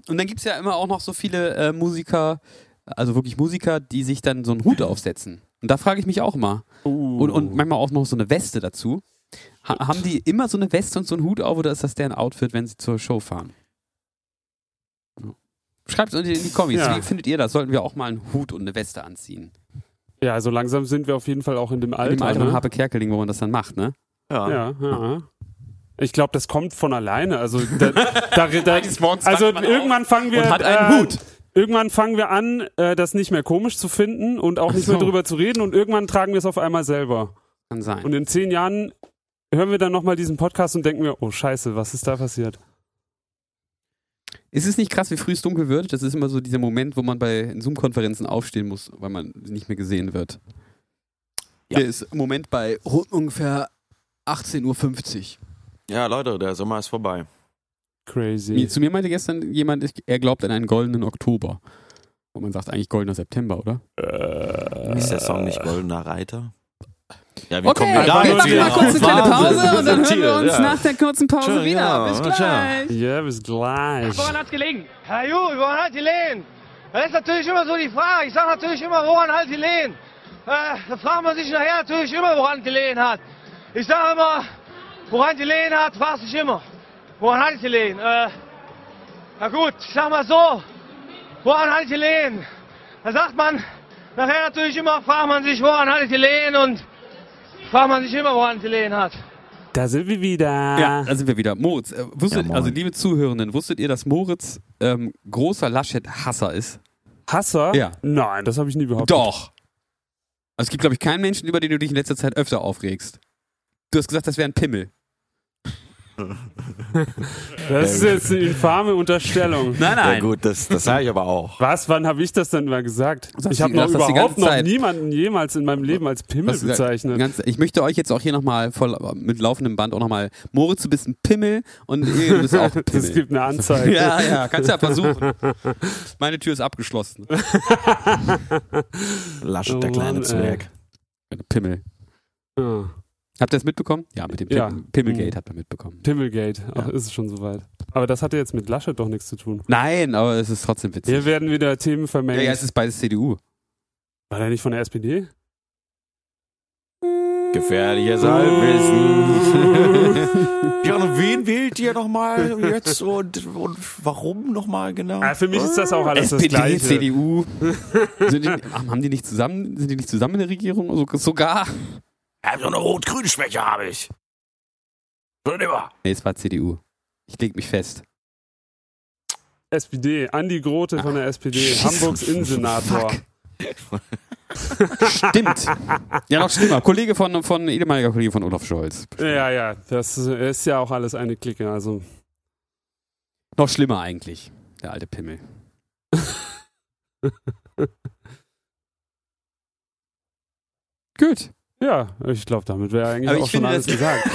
Speaker 1: Und dann gibt es ja immer auch noch so viele äh, Musiker, also wirklich Musiker, die sich dann so einen Hut aufsetzen. Und da frage ich mich auch mal.
Speaker 2: Uh.
Speaker 1: Und, und manchmal auch noch so eine Weste dazu. Ha haben die immer so eine Weste und so einen Hut auf oder ist das deren Outfit, wenn sie zur Show fahren? Ja. Schreibt es unten in die Kommis.
Speaker 2: Ja.
Speaker 1: Wie findet ihr das? Sollten wir auch mal einen Hut und eine Weste anziehen?
Speaker 2: ja, so langsam
Speaker 1: ne?
Speaker 2: sind wir auf jeden Fall auch in dem Alter.
Speaker 1: in dem Alter von
Speaker 2: ne?
Speaker 1: Harpe Kerkeling, wo man das dann macht, ne?
Speaker 3: Ja.
Speaker 2: ja, ja. Ich glaube, das kommt von alleine. Also, da, da, da,
Speaker 1: Eines Morgens
Speaker 2: also
Speaker 1: wacht man auf
Speaker 2: irgendwann fangen wir
Speaker 1: und hat einen
Speaker 2: äh,
Speaker 1: Hut.
Speaker 2: Irgendwann fangen wir an, äh, das nicht mehr komisch zu finden und auch nicht
Speaker 1: so.
Speaker 2: mehr drüber zu reden und irgendwann tragen wir es auf einmal selber.
Speaker 1: Kann sein.
Speaker 2: Und in zehn Jahren hören wir dann nochmal diesen Podcast und denken wir, oh scheiße, was ist da passiert?
Speaker 1: Ist es nicht krass, wie früh es dunkel wird? Das ist immer so dieser Moment, wo man bei Zoom-Konferenzen aufstehen muss, weil man nicht mehr gesehen wird.
Speaker 3: Ja.
Speaker 1: Der ist im Moment bei rund ungefähr 18.50 Uhr.
Speaker 3: Ja, Leute, der Sommer ist vorbei.
Speaker 2: Crazy.
Speaker 1: Zu mir meinte gestern jemand, ich- er glaubt an einen goldenen Oktober. Und man sagt eigentlich goldener September, oder?
Speaker 3: Ist der Song nicht Goldener Reiter? Ja,
Speaker 1: Äh. Okay,
Speaker 3: wir da
Speaker 2: wir
Speaker 3: jetzt
Speaker 2: machen
Speaker 3: wieder
Speaker 2: mal kurz eine
Speaker 3: raus?
Speaker 2: kleine Pause
Speaker 3: Wahnsinn. Ja.
Speaker 1: der kurzen
Speaker 3: Tschö, ja, tschö.
Speaker 2: Ja, bis gleich.
Speaker 4: Woran hat's gelegen?
Speaker 5: Ja gut, woran hat die Lehen? Das ist natürlich immer so die Frage. Ich sage natürlich immer, woran hat die Lehen? Äh, da fragt man sich nachher natürlich immer, woran die Lehen hat. Ich sage immer, woran die Lehen hat, fragst dich immer. Woran hat die Lehen? Äh, na gut, ich sag mal so, woran hat die Lehen? Da sagt man nachher natürlich immer, fragt man sich, woran hat die Lehen und fragt man sich immer, woran die Lehen hat.
Speaker 2: Da sind wir wieder.
Speaker 1: Ja, da sind wir wieder. Moritz, äh, wusstet,
Speaker 3: Ja, moin.
Speaker 1: also liebe Zuhörenden, wusstet ihr, dass Moritz ähm, großer Laschet-Hasser ist?
Speaker 2: Hasser?
Speaker 1: Ja.
Speaker 2: Nein, das habe ich nie behauptet.
Speaker 1: Doch. Also es gibt, glaube ich, keinen Menschen, über den du dich in letzter Zeit öfter aufregst. Du hast gesagt, das wäre ein Pimmel.
Speaker 2: Das ist jetzt eine infame Unterstellung.
Speaker 1: Nein,
Speaker 3: Ja gut, das, das sage ich aber auch.
Speaker 2: Was? Wann habe ich das denn mal gesagt?
Speaker 1: Sagst
Speaker 2: ich
Speaker 1: du-
Speaker 2: habe noch
Speaker 1: sagst das die
Speaker 2: überhaupt
Speaker 1: ganze
Speaker 2: noch
Speaker 1: Zeit.
Speaker 2: niemanden jemals in meinem Leben als Pimmel
Speaker 1: Was du gesagt-
Speaker 2: bezeichnet.
Speaker 1: Ganz, ich möchte euch jetzt auch hier nochmal mit laufendem Band auch nochmal, Moritz, du bist ein Pimmel und Ilja, du bist auch ein Pimmel.
Speaker 2: Es gibt eine Anzeige.
Speaker 1: ja, ja, kannst ja versuchen. Meine Tür ist abgeschlossen.
Speaker 3: Laschet,
Speaker 2: Oh
Speaker 3: der kleine
Speaker 1: äh.
Speaker 2: Mann, ey.
Speaker 3: Zwerg.
Speaker 1: Pimmel.
Speaker 2: Ja.
Speaker 1: Habt ihr das mitbekommen? Ja, mit dem Pim
Speaker 2: Ja. Mhm.
Speaker 1: Pimmelgate hat man mitbekommen.
Speaker 2: Pimmelgate. Ach, ist es schon soweit. Aber das hatte jetzt mit Laschet doch nichts zu tun.
Speaker 1: Nein, aber es ist trotzdem witzig.
Speaker 2: Hier werden wieder Themen
Speaker 1: Ja,
Speaker 2: vermengt.
Speaker 1: ja, es ist beides CDU.
Speaker 2: War der nicht von der SPD?
Speaker 3: Gefährliches Halbwissen. ja, und wen wählt ihr nochmal jetzt und, und warum nochmal genau?
Speaker 2: Ah, für mich ist das auch alles
Speaker 1: SPD,
Speaker 2: das Gleiche.
Speaker 1: CDU. Sind die, haben die nicht zusammen, sind die nicht zusammen in der Regierung? Also, sogar.
Speaker 3: Ja, Äh, so eine rot-grüne Schwäche habe ich. Schon immer.
Speaker 1: Nee, es war CDU. Ich leg mich fest.
Speaker 2: SPD. Andi Grote von der SPD.
Speaker 1: Scheiße.
Speaker 2: Hamburgs Innensenator.
Speaker 1: Ah, Fuck. Stimmt. Ja, noch schlimmer. Kollege von, von ehemaliger Kollege von Olaf Scholz.
Speaker 2: Ja, ja. Das ist ja auch alles eine Clique. Also.
Speaker 1: Noch schlimmer eigentlich. Der alte Pimmel. Gut.
Speaker 2: Ja, ich glaube, damit wäre eigentlich
Speaker 1: Aber ich
Speaker 2: auch schon
Speaker 1: finde,
Speaker 2: alles
Speaker 1: das-
Speaker 2: gesagt.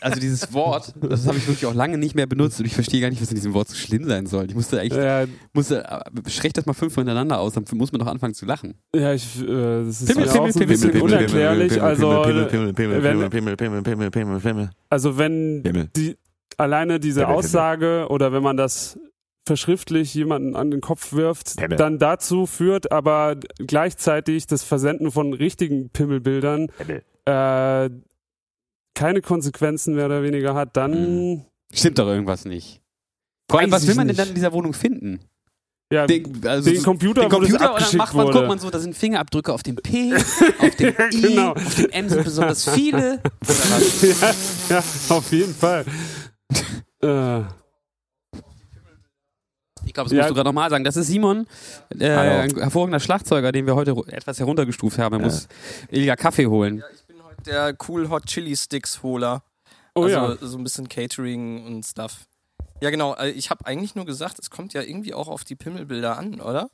Speaker 1: Also dieses Wort, das habe ich wirklich auch lange nicht mehr benutzt und ich verstehe gar nicht, was in diesem Wort so schlimm sein soll. Ich musste eigentlich,
Speaker 2: Ja,
Speaker 1: musste, äh, schreck das mal fünfmal hintereinander aus, dann muss man doch anfangen zu lachen.
Speaker 2: ja ich, äh, das ist
Speaker 1: Pimmel,
Speaker 2: mir
Speaker 1: Pimmel,
Speaker 2: auch so ein
Speaker 1: Pimmel,
Speaker 2: bisschen
Speaker 1: Pimmel,
Speaker 2: unerklärlich. Also,
Speaker 3: Pimmel, Pimmel, Pimmel, Pimmel, Pimmel, Pimmel, Pimmel, Pimmel.
Speaker 2: also wenn
Speaker 3: Pimmel.
Speaker 2: die, alleine diese
Speaker 3: Pimmel, Pimmel.
Speaker 2: Aussage oder wenn man das verschriftlich jemanden an den Kopf wirft,
Speaker 3: Pimmel.
Speaker 2: dann dazu führt aber gleichzeitig das Versenden von richtigen Pimmelbildern
Speaker 3: Pimmel.
Speaker 2: äh, keine Konsequenzen mehr oder weniger hat, dann
Speaker 1: Mhm. Stimmt doch irgendwas nicht. Vor allem,
Speaker 2: Weiß
Speaker 1: was will
Speaker 2: ich
Speaker 1: man
Speaker 2: nicht.
Speaker 1: denn dann in dieser Wohnung finden?
Speaker 2: ja, den,
Speaker 1: Den, also so-
Speaker 2: Computer,
Speaker 1: den
Speaker 2: wo das
Speaker 1: Computer und dann
Speaker 2: abgeschickt
Speaker 1: macht man,
Speaker 2: wurde.
Speaker 1: guckt man so, da sind Fingerabdrücke auf dem P, auf dem
Speaker 2: Ja,
Speaker 1: I,
Speaker 2: genau.
Speaker 1: auf dem M sind besonders viele. Oder was?
Speaker 2: ja, ja, auf jeden Fall. äh,
Speaker 1: Ich glaube, das
Speaker 2: Ja.
Speaker 1: musst du gerade nochmal sagen. Das ist Simon, äh,
Speaker 3: Hallo.
Speaker 1: ein hervorragender Schlagzeuger, den wir heute ru- etwas heruntergestuft haben. Er muss illegal Kaffee holen.
Speaker 6: der cool Hot Chili Sticks Holer.
Speaker 2: oh
Speaker 6: also
Speaker 2: ja.
Speaker 6: so ein bisschen Catering und Stuff. Ja, genau. Äh, Ich habe eigentlich nur gesagt, es kommt ja irgendwie auch auf die Pimmelbilder an, oder?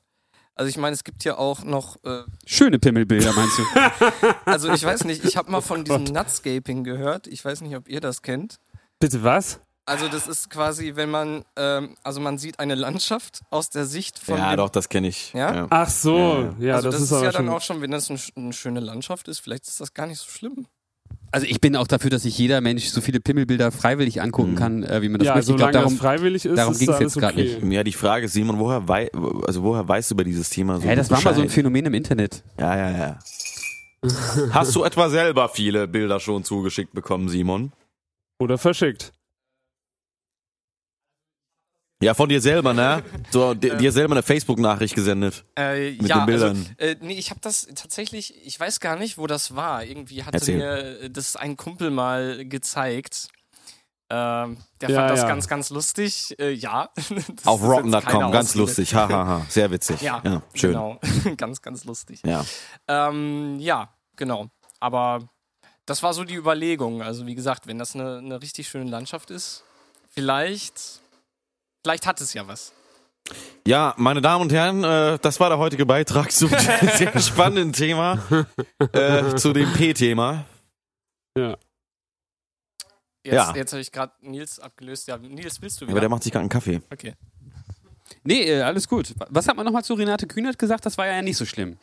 Speaker 6: Also ich meine, es gibt ja auch noch, äh,
Speaker 1: Schöne Pimmelbilder, meinst du?
Speaker 6: also ich weiß nicht, ich habe mal von diesem Nutscaping gehört. Ich weiß nicht, ob ihr das kennt.
Speaker 2: Bitte was?
Speaker 6: Also das ist quasi, wenn man, ähm, also man sieht eine Landschaft aus der Sicht von
Speaker 3: Ja,
Speaker 6: dem,
Speaker 3: doch, das kenne ich.
Speaker 6: Ja?
Speaker 2: Ach so, ja,
Speaker 3: Ja,
Speaker 6: also das,
Speaker 2: ist,
Speaker 6: ist,
Speaker 2: aber
Speaker 6: ja
Speaker 2: schon,
Speaker 6: dann auch schon, wenn das ein, sch- eine schöne Landschaft ist, vielleicht ist das gar nicht so schlimm.
Speaker 1: Also ich bin auch dafür, dass sich jeder Mensch so viele Pimmelbilder freiwillig angucken kann, äh, wie man das
Speaker 2: Mhm. ja,
Speaker 1: möchte. Ich glaube,
Speaker 2: solange
Speaker 1: darum
Speaker 2: das freiwillig ist,
Speaker 1: darum
Speaker 2: ist
Speaker 1: ging's
Speaker 2: da alles
Speaker 1: jetzt grad
Speaker 2: okay.
Speaker 1: nicht.
Speaker 3: Ja, die Frage ist, Simon, woher, wei also woher weißt du über dieses Thema so
Speaker 1: Hä, das war mal so ein
Speaker 3: Bescheid?
Speaker 1: Phänomen im Internet.
Speaker 3: Ja, ja, ja. Hast du etwa selber viele Bilder schon zugeschickt bekommen, Simon?
Speaker 2: Oder verschickt.
Speaker 3: Ja, von dir selber, ne? So, dir, dir selber eine Facebook-Nachricht gesendet.
Speaker 6: Äh,
Speaker 3: Mit
Speaker 6: ja,
Speaker 3: den Bildern.
Speaker 6: Also, äh, nee, ich habe das tatsächlich, ich weiß gar nicht, wo das war. Irgendwie hatte
Speaker 3: Erzähl.
Speaker 6: mir äh, das ein Kumpel mal gezeigt. Ähm, der
Speaker 2: Ja,
Speaker 6: fand das
Speaker 2: ja.
Speaker 6: ganz, ganz lustig. Äh, ja. Das ist
Speaker 3: Auf
Speaker 6: jetzt keine
Speaker 3: rotten.com, ganz
Speaker 6: Ausrede.
Speaker 3: lustig. Hahaha, ha, ha. sehr witzig.
Speaker 6: Ja,
Speaker 3: Ja, schön.
Speaker 6: Genau. ganz, ganz lustig.
Speaker 3: Ja.
Speaker 6: Ähm, ja, genau. Aber das war so die Überlegung. Also, wie gesagt, wenn das eine, eine richtig schöne Landschaft ist, vielleicht, vielleicht hat es ja was.
Speaker 3: ja, meine Damen und Herren, äh, das war der heutige Beitrag zum sehr spannenden Thema, äh, zu dem P-Thema.
Speaker 6: Jetzt,
Speaker 3: Ja.
Speaker 6: jetzt habe ich gerade Nils abgelöst. Ja, Nils, willst du
Speaker 3: Aber
Speaker 6: wieder?
Speaker 3: der macht sich gerade einen Kaffee.
Speaker 6: okay.
Speaker 1: Nee, äh, alles gut. Was hat man nochmal zu Renate Kühnert gesagt? Das war ja nicht so schlimm.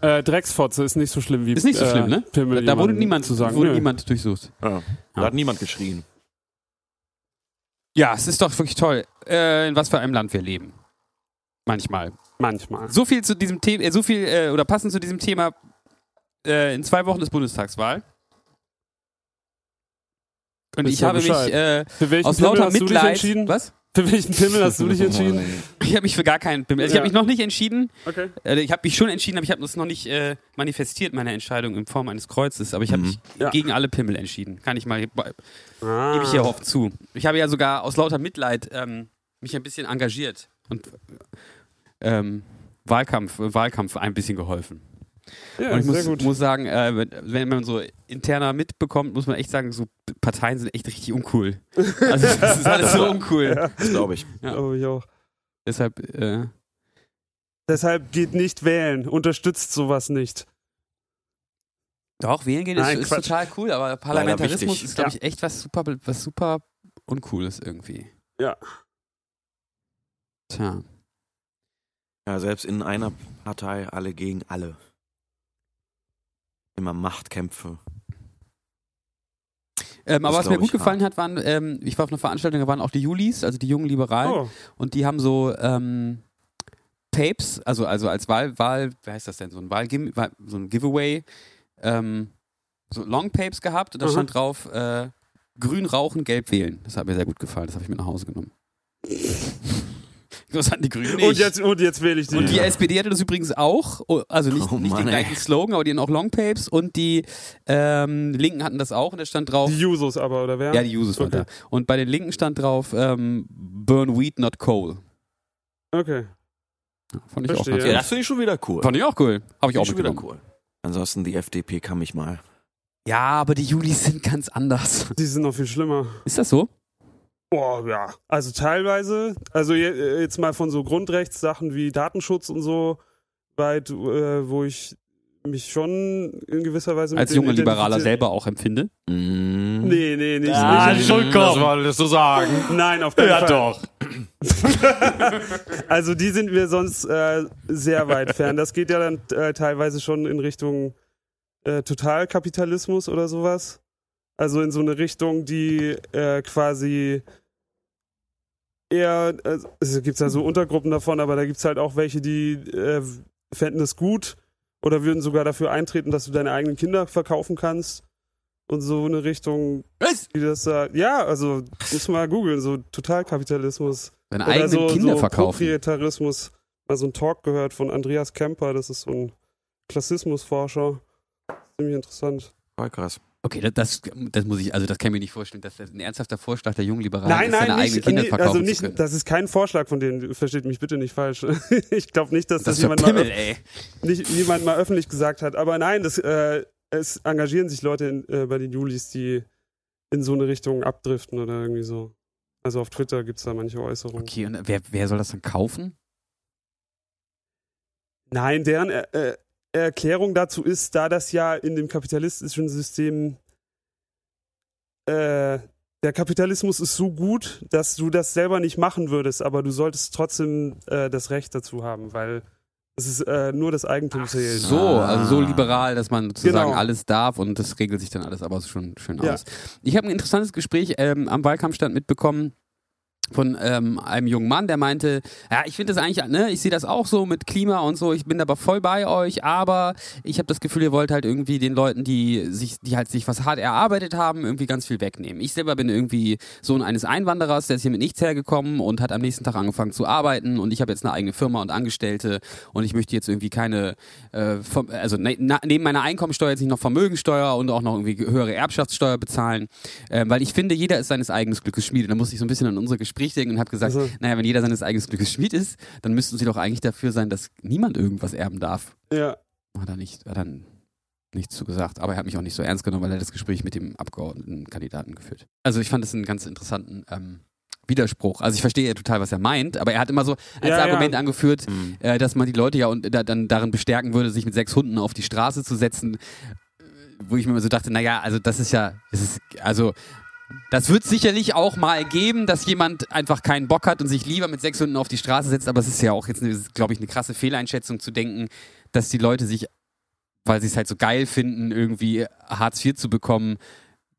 Speaker 2: Äh, Drecksfotze ist nicht so schlimm wie
Speaker 1: Ist nicht so
Speaker 2: äh,
Speaker 1: schlimm, ne?
Speaker 2: Pimmel
Speaker 1: da wurde
Speaker 2: jemanden
Speaker 1: niemand
Speaker 2: zu sagen.
Speaker 1: wurde
Speaker 2: Nö.
Speaker 1: niemand durchsucht.
Speaker 3: Ja. Da hat niemand geschrien.
Speaker 1: Ja, es ist doch wirklich toll, äh, in was für einem Land wir leben. Manchmal.
Speaker 2: Manchmal.
Speaker 1: So viel zu diesem Thema, äh, so viel äh, oder passend zu diesem Thema. Äh, in zwei Wochen ist Bundestagswahl. Und
Speaker 2: Wisst
Speaker 1: ich
Speaker 2: ihr
Speaker 1: habe mich
Speaker 2: Bescheid?
Speaker 1: äh,
Speaker 2: Für welchen
Speaker 1: aus
Speaker 2: Pimmel
Speaker 1: lauter
Speaker 2: hast du dich
Speaker 1: Mitleid.
Speaker 2: entschieden?
Speaker 1: Was?
Speaker 2: Für welchen Pimmel hast du dich entschieden?
Speaker 1: Ich habe mich für gar keinen Pimmel. Also Ich
Speaker 2: Ja.
Speaker 1: habe mich noch nicht entschieden.
Speaker 2: Okay.
Speaker 1: Äh, ich habe mich schon entschieden, aber ich habe das noch nicht äh, manifestiert, meine Entscheidung in Form eines Kreuzes. Aber ich habe
Speaker 3: Mhm.
Speaker 1: mich
Speaker 2: Ja.
Speaker 1: gegen alle Pimmel entschieden. Kann ich mal, gebe
Speaker 2: Ah.
Speaker 1: ich hier offen zu. Ich habe ja sogar aus lauter Mitleid ähm, mich ein bisschen engagiert und ähm, Wahlkampf, Wahlkampf ein bisschen geholfen.
Speaker 2: Ja,
Speaker 1: und ich
Speaker 2: sehr
Speaker 1: muss,
Speaker 2: gut.
Speaker 1: muss sagen, äh, wenn- wenn man so interner mitbekommt, muss man echt sagen, so Parteien sind echt richtig uncool. Also das ist alles so uncool.
Speaker 3: Das glaube ich.
Speaker 1: Ja.
Speaker 2: Glaub ich auch.
Speaker 1: Deshalb, äh,
Speaker 2: Deshalb geht nicht wählen. Unterstützt sowas nicht.
Speaker 1: doch, wählen gehen
Speaker 2: Nein,
Speaker 1: ist, ist
Speaker 2: Quatsch.
Speaker 1: total cool, aber Parlamentarismus
Speaker 3: wichtig.
Speaker 1: ist, glaube ich, echt was super, was super Uncooles irgendwie.
Speaker 2: Ja.
Speaker 1: Tja.
Speaker 3: Ja, selbst in einer Partei alle gegen alle. Immer Machtkämpfe.
Speaker 1: Ähm, aber
Speaker 3: Das
Speaker 1: was mir
Speaker 3: glaub
Speaker 1: gut
Speaker 3: ich,
Speaker 1: gefallen hat, waren, ähm, ich war auf einer Veranstaltung, da waren auch die Julis, also die jungen Liberalen.
Speaker 2: Oh,
Speaker 1: Und die haben so ähm, Tapes, also, also als Wahl, Wahl, wie heißt das denn, so ein Wahl, so ein Giveaway, ähm, so Longtapes gehabt und da
Speaker 2: Mhm.
Speaker 1: stand drauf, äh, grün rauchen, gelb wählen. Das hat mir sehr gut gefallen, das habe ich mit nach Hause genommen. das hatten die Grünen nicht.
Speaker 2: und jetzt, und jetzt wähle ich die.
Speaker 1: Und die SPD hatte das übrigens auch, oh, also nicht,
Speaker 3: Oh
Speaker 1: nicht
Speaker 3: Mann,
Speaker 1: den
Speaker 3: ey.
Speaker 1: gleichen Slogan, aber die hatten auch Longtapes und die ähm, Linken hatten das auch und da stand drauf,
Speaker 2: Die Jusos aber, oder wer?
Speaker 1: ja, die Jusos
Speaker 2: Okay.
Speaker 1: war da. Und bei den Linken stand drauf, ähm, burn weed, not coal.
Speaker 2: Okay.
Speaker 1: Fand ich
Speaker 2: Verstehe.
Speaker 1: auch ganz
Speaker 2: Ja,
Speaker 1: cool.
Speaker 2: das
Speaker 3: finde ich schon wieder cool.
Speaker 1: Fand ich auch cool. Habe ich
Speaker 3: Finde
Speaker 1: auch
Speaker 3: ich schon wieder
Speaker 1: mitgenommen.
Speaker 3: cool. Ansonsten die FDP kann mich mal.
Speaker 1: Ja, aber die Julis sind ganz anders.
Speaker 2: Die sind noch viel schlimmer.
Speaker 1: Ist das so?
Speaker 2: Boah, ja. Also teilweise, also je- jetzt mal von so Grundrechtssachen wie Datenschutz und so weit, äh, wo ich mich schon in gewisser Weise mit
Speaker 1: Als
Speaker 2: denen
Speaker 1: junge Liberaler
Speaker 2: identifizier-
Speaker 1: selber auch empfinde.
Speaker 3: Mm.
Speaker 2: Nee, nee, nicht.
Speaker 6: Ah,
Speaker 2: nicht
Speaker 6: schon komm.
Speaker 3: wolltest du sagen.
Speaker 2: Nein, auf keinen Fall.
Speaker 6: doch.
Speaker 2: Also die sind wir sonst äh, sehr weit fern. Das geht ja dann äh, teilweise schon in Richtung äh, Totalkapitalismus oder sowas. Also in so eine Richtung, die äh, quasi eher, äh, es gibt ja so Untergruppen davon, aber da gibt es halt auch welche, die äh, fänden es gut oder würden sogar dafür eintreten, dass du deine eigenen Kinder verkaufen kannst. Und so eine Richtung,
Speaker 1: Was?
Speaker 2: wie das da, ja, also muss mal googeln, so Totalkapitalismus.
Speaker 1: Deine
Speaker 2: Oder
Speaker 1: eigenen
Speaker 2: so,
Speaker 1: Kinder
Speaker 2: so
Speaker 1: verkaufen.
Speaker 2: Proprietarismus. Mal so einen Talk gehört von Andreas Kemper, das ist so ein Klassismusforscher. Ziemlich interessant.
Speaker 3: Voll krass.
Speaker 1: Okay, das, das, das muss ich, also das kann ich mir nicht vorstellen, dass das ein ernsthafter Vorschlag der jungen Liberalen
Speaker 2: nein,
Speaker 1: Ah, ist,
Speaker 2: nein,
Speaker 1: seine eigenen
Speaker 2: nicht,
Speaker 1: Kinder
Speaker 2: nee,
Speaker 1: verkaufen
Speaker 2: also
Speaker 1: zu können.
Speaker 2: nicht, das ist kein Vorschlag von denen, versteht mich bitte nicht falsch. ich glaube nicht, dass
Speaker 1: das
Speaker 2: das,
Speaker 1: ist
Speaker 2: jemand, mal,
Speaker 1: Pimmel, ey.
Speaker 2: öff- nicht, jemand mal öffentlich gesagt hat, aber nein, das, äh, es engagieren sich Leute in, äh, bei den Julis, die in so eine Richtung abdriften oder irgendwie so. Also auf Twitter gibt es da manche Äußerungen.
Speaker 1: Okay, und wer, wer soll das dann kaufen?
Speaker 2: Nein, deren äh, äh, Erklärung dazu ist, da das ja in dem kapitalistischen System äh, der Kapitalismus ist so gut, dass du das selber nicht machen würdest, aber du solltest trotzdem äh, das Recht dazu haben, weil es ist äh, nur das Eigentum zählt.
Speaker 1: So,
Speaker 3: Ah.
Speaker 1: also so liberal, dass man sozusagen
Speaker 2: Genau.
Speaker 1: alles darf und das regelt sich dann alles aber schon schön
Speaker 2: Ja.
Speaker 1: aus. Ich habe ein interessantes Gespräch ähm, am Wahlkampfstand mitbekommen von ähm, einem jungen Mann, der meinte, ja, ich finde das eigentlich, ne, ich sehe das auch so mit Klima und so, ich bin aber voll bei euch, aber ich habe das Gefühl, ihr wollt halt irgendwie den Leuten, die sich, die halt sich was hart erarbeitet haben, irgendwie ganz viel wegnehmen. Ich selber bin irgendwie Sohn eines Einwanderers, der ist hier mit nichts hergekommen und hat am nächsten Tag angefangen zu arbeiten und ich habe jetzt eine eigene Firma und Angestellte und ich möchte jetzt irgendwie keine, äh, vom, also ne, na, neben meiner Einkommensteuer jetzt nicht noch Vermögensteuer und auch noch irgendwie höhere Erbschaftssteuer bezahlen, ähm, weil ich finde, jeder ist seines eigenen Glückes Schmiede. Da muss ich so ein bisschen an unser Gespräch denken und habe gesagt,
Speaker 2: Also-
Speaker 1: naja, wenn jeder seines eigenen Glückes Schmied ist, dann müssten sie doch eigentlich dafür sein, dass niemand irgendwas erben darf.
Speaker 2: Ja.
Speaker 1: Hat er nicht, hat dann nichts zu gesagt. Aber er hat mich auch nicht so ernst genommen, weil er das Gespräch mit dem Abgeordnetenkandidaten geführt. Also ich fand das einen ganz interessanten ähm, Widerspruch. Also ich verstehe ja total, was er meint, aber er hat immer so als
Speaker 2: Ja, ja.
Speaker 1: Argument angeführt,
Speaker 3: Mhm.
Speaker 1: äh, dass man die Leute ja und da, dann darin bestärken würde, sich mit sechs Hunden auf die Straße zu setzen, äh, wo ich mir immer so dachte, naja, also das ist ja, das ist, also das wird sicherlich auch mal geben, dass jemand einfach keinen Bock hat und sich lieber mit sechs Hunden auf die Straße setzt, aber es ist ja auch jetzt, glaube ich, eine krasse Fehleinschätzung zu denken, dass die Leute sich, weil sie es halt so geil finden, irgendwie Hartz IV zu bekommen,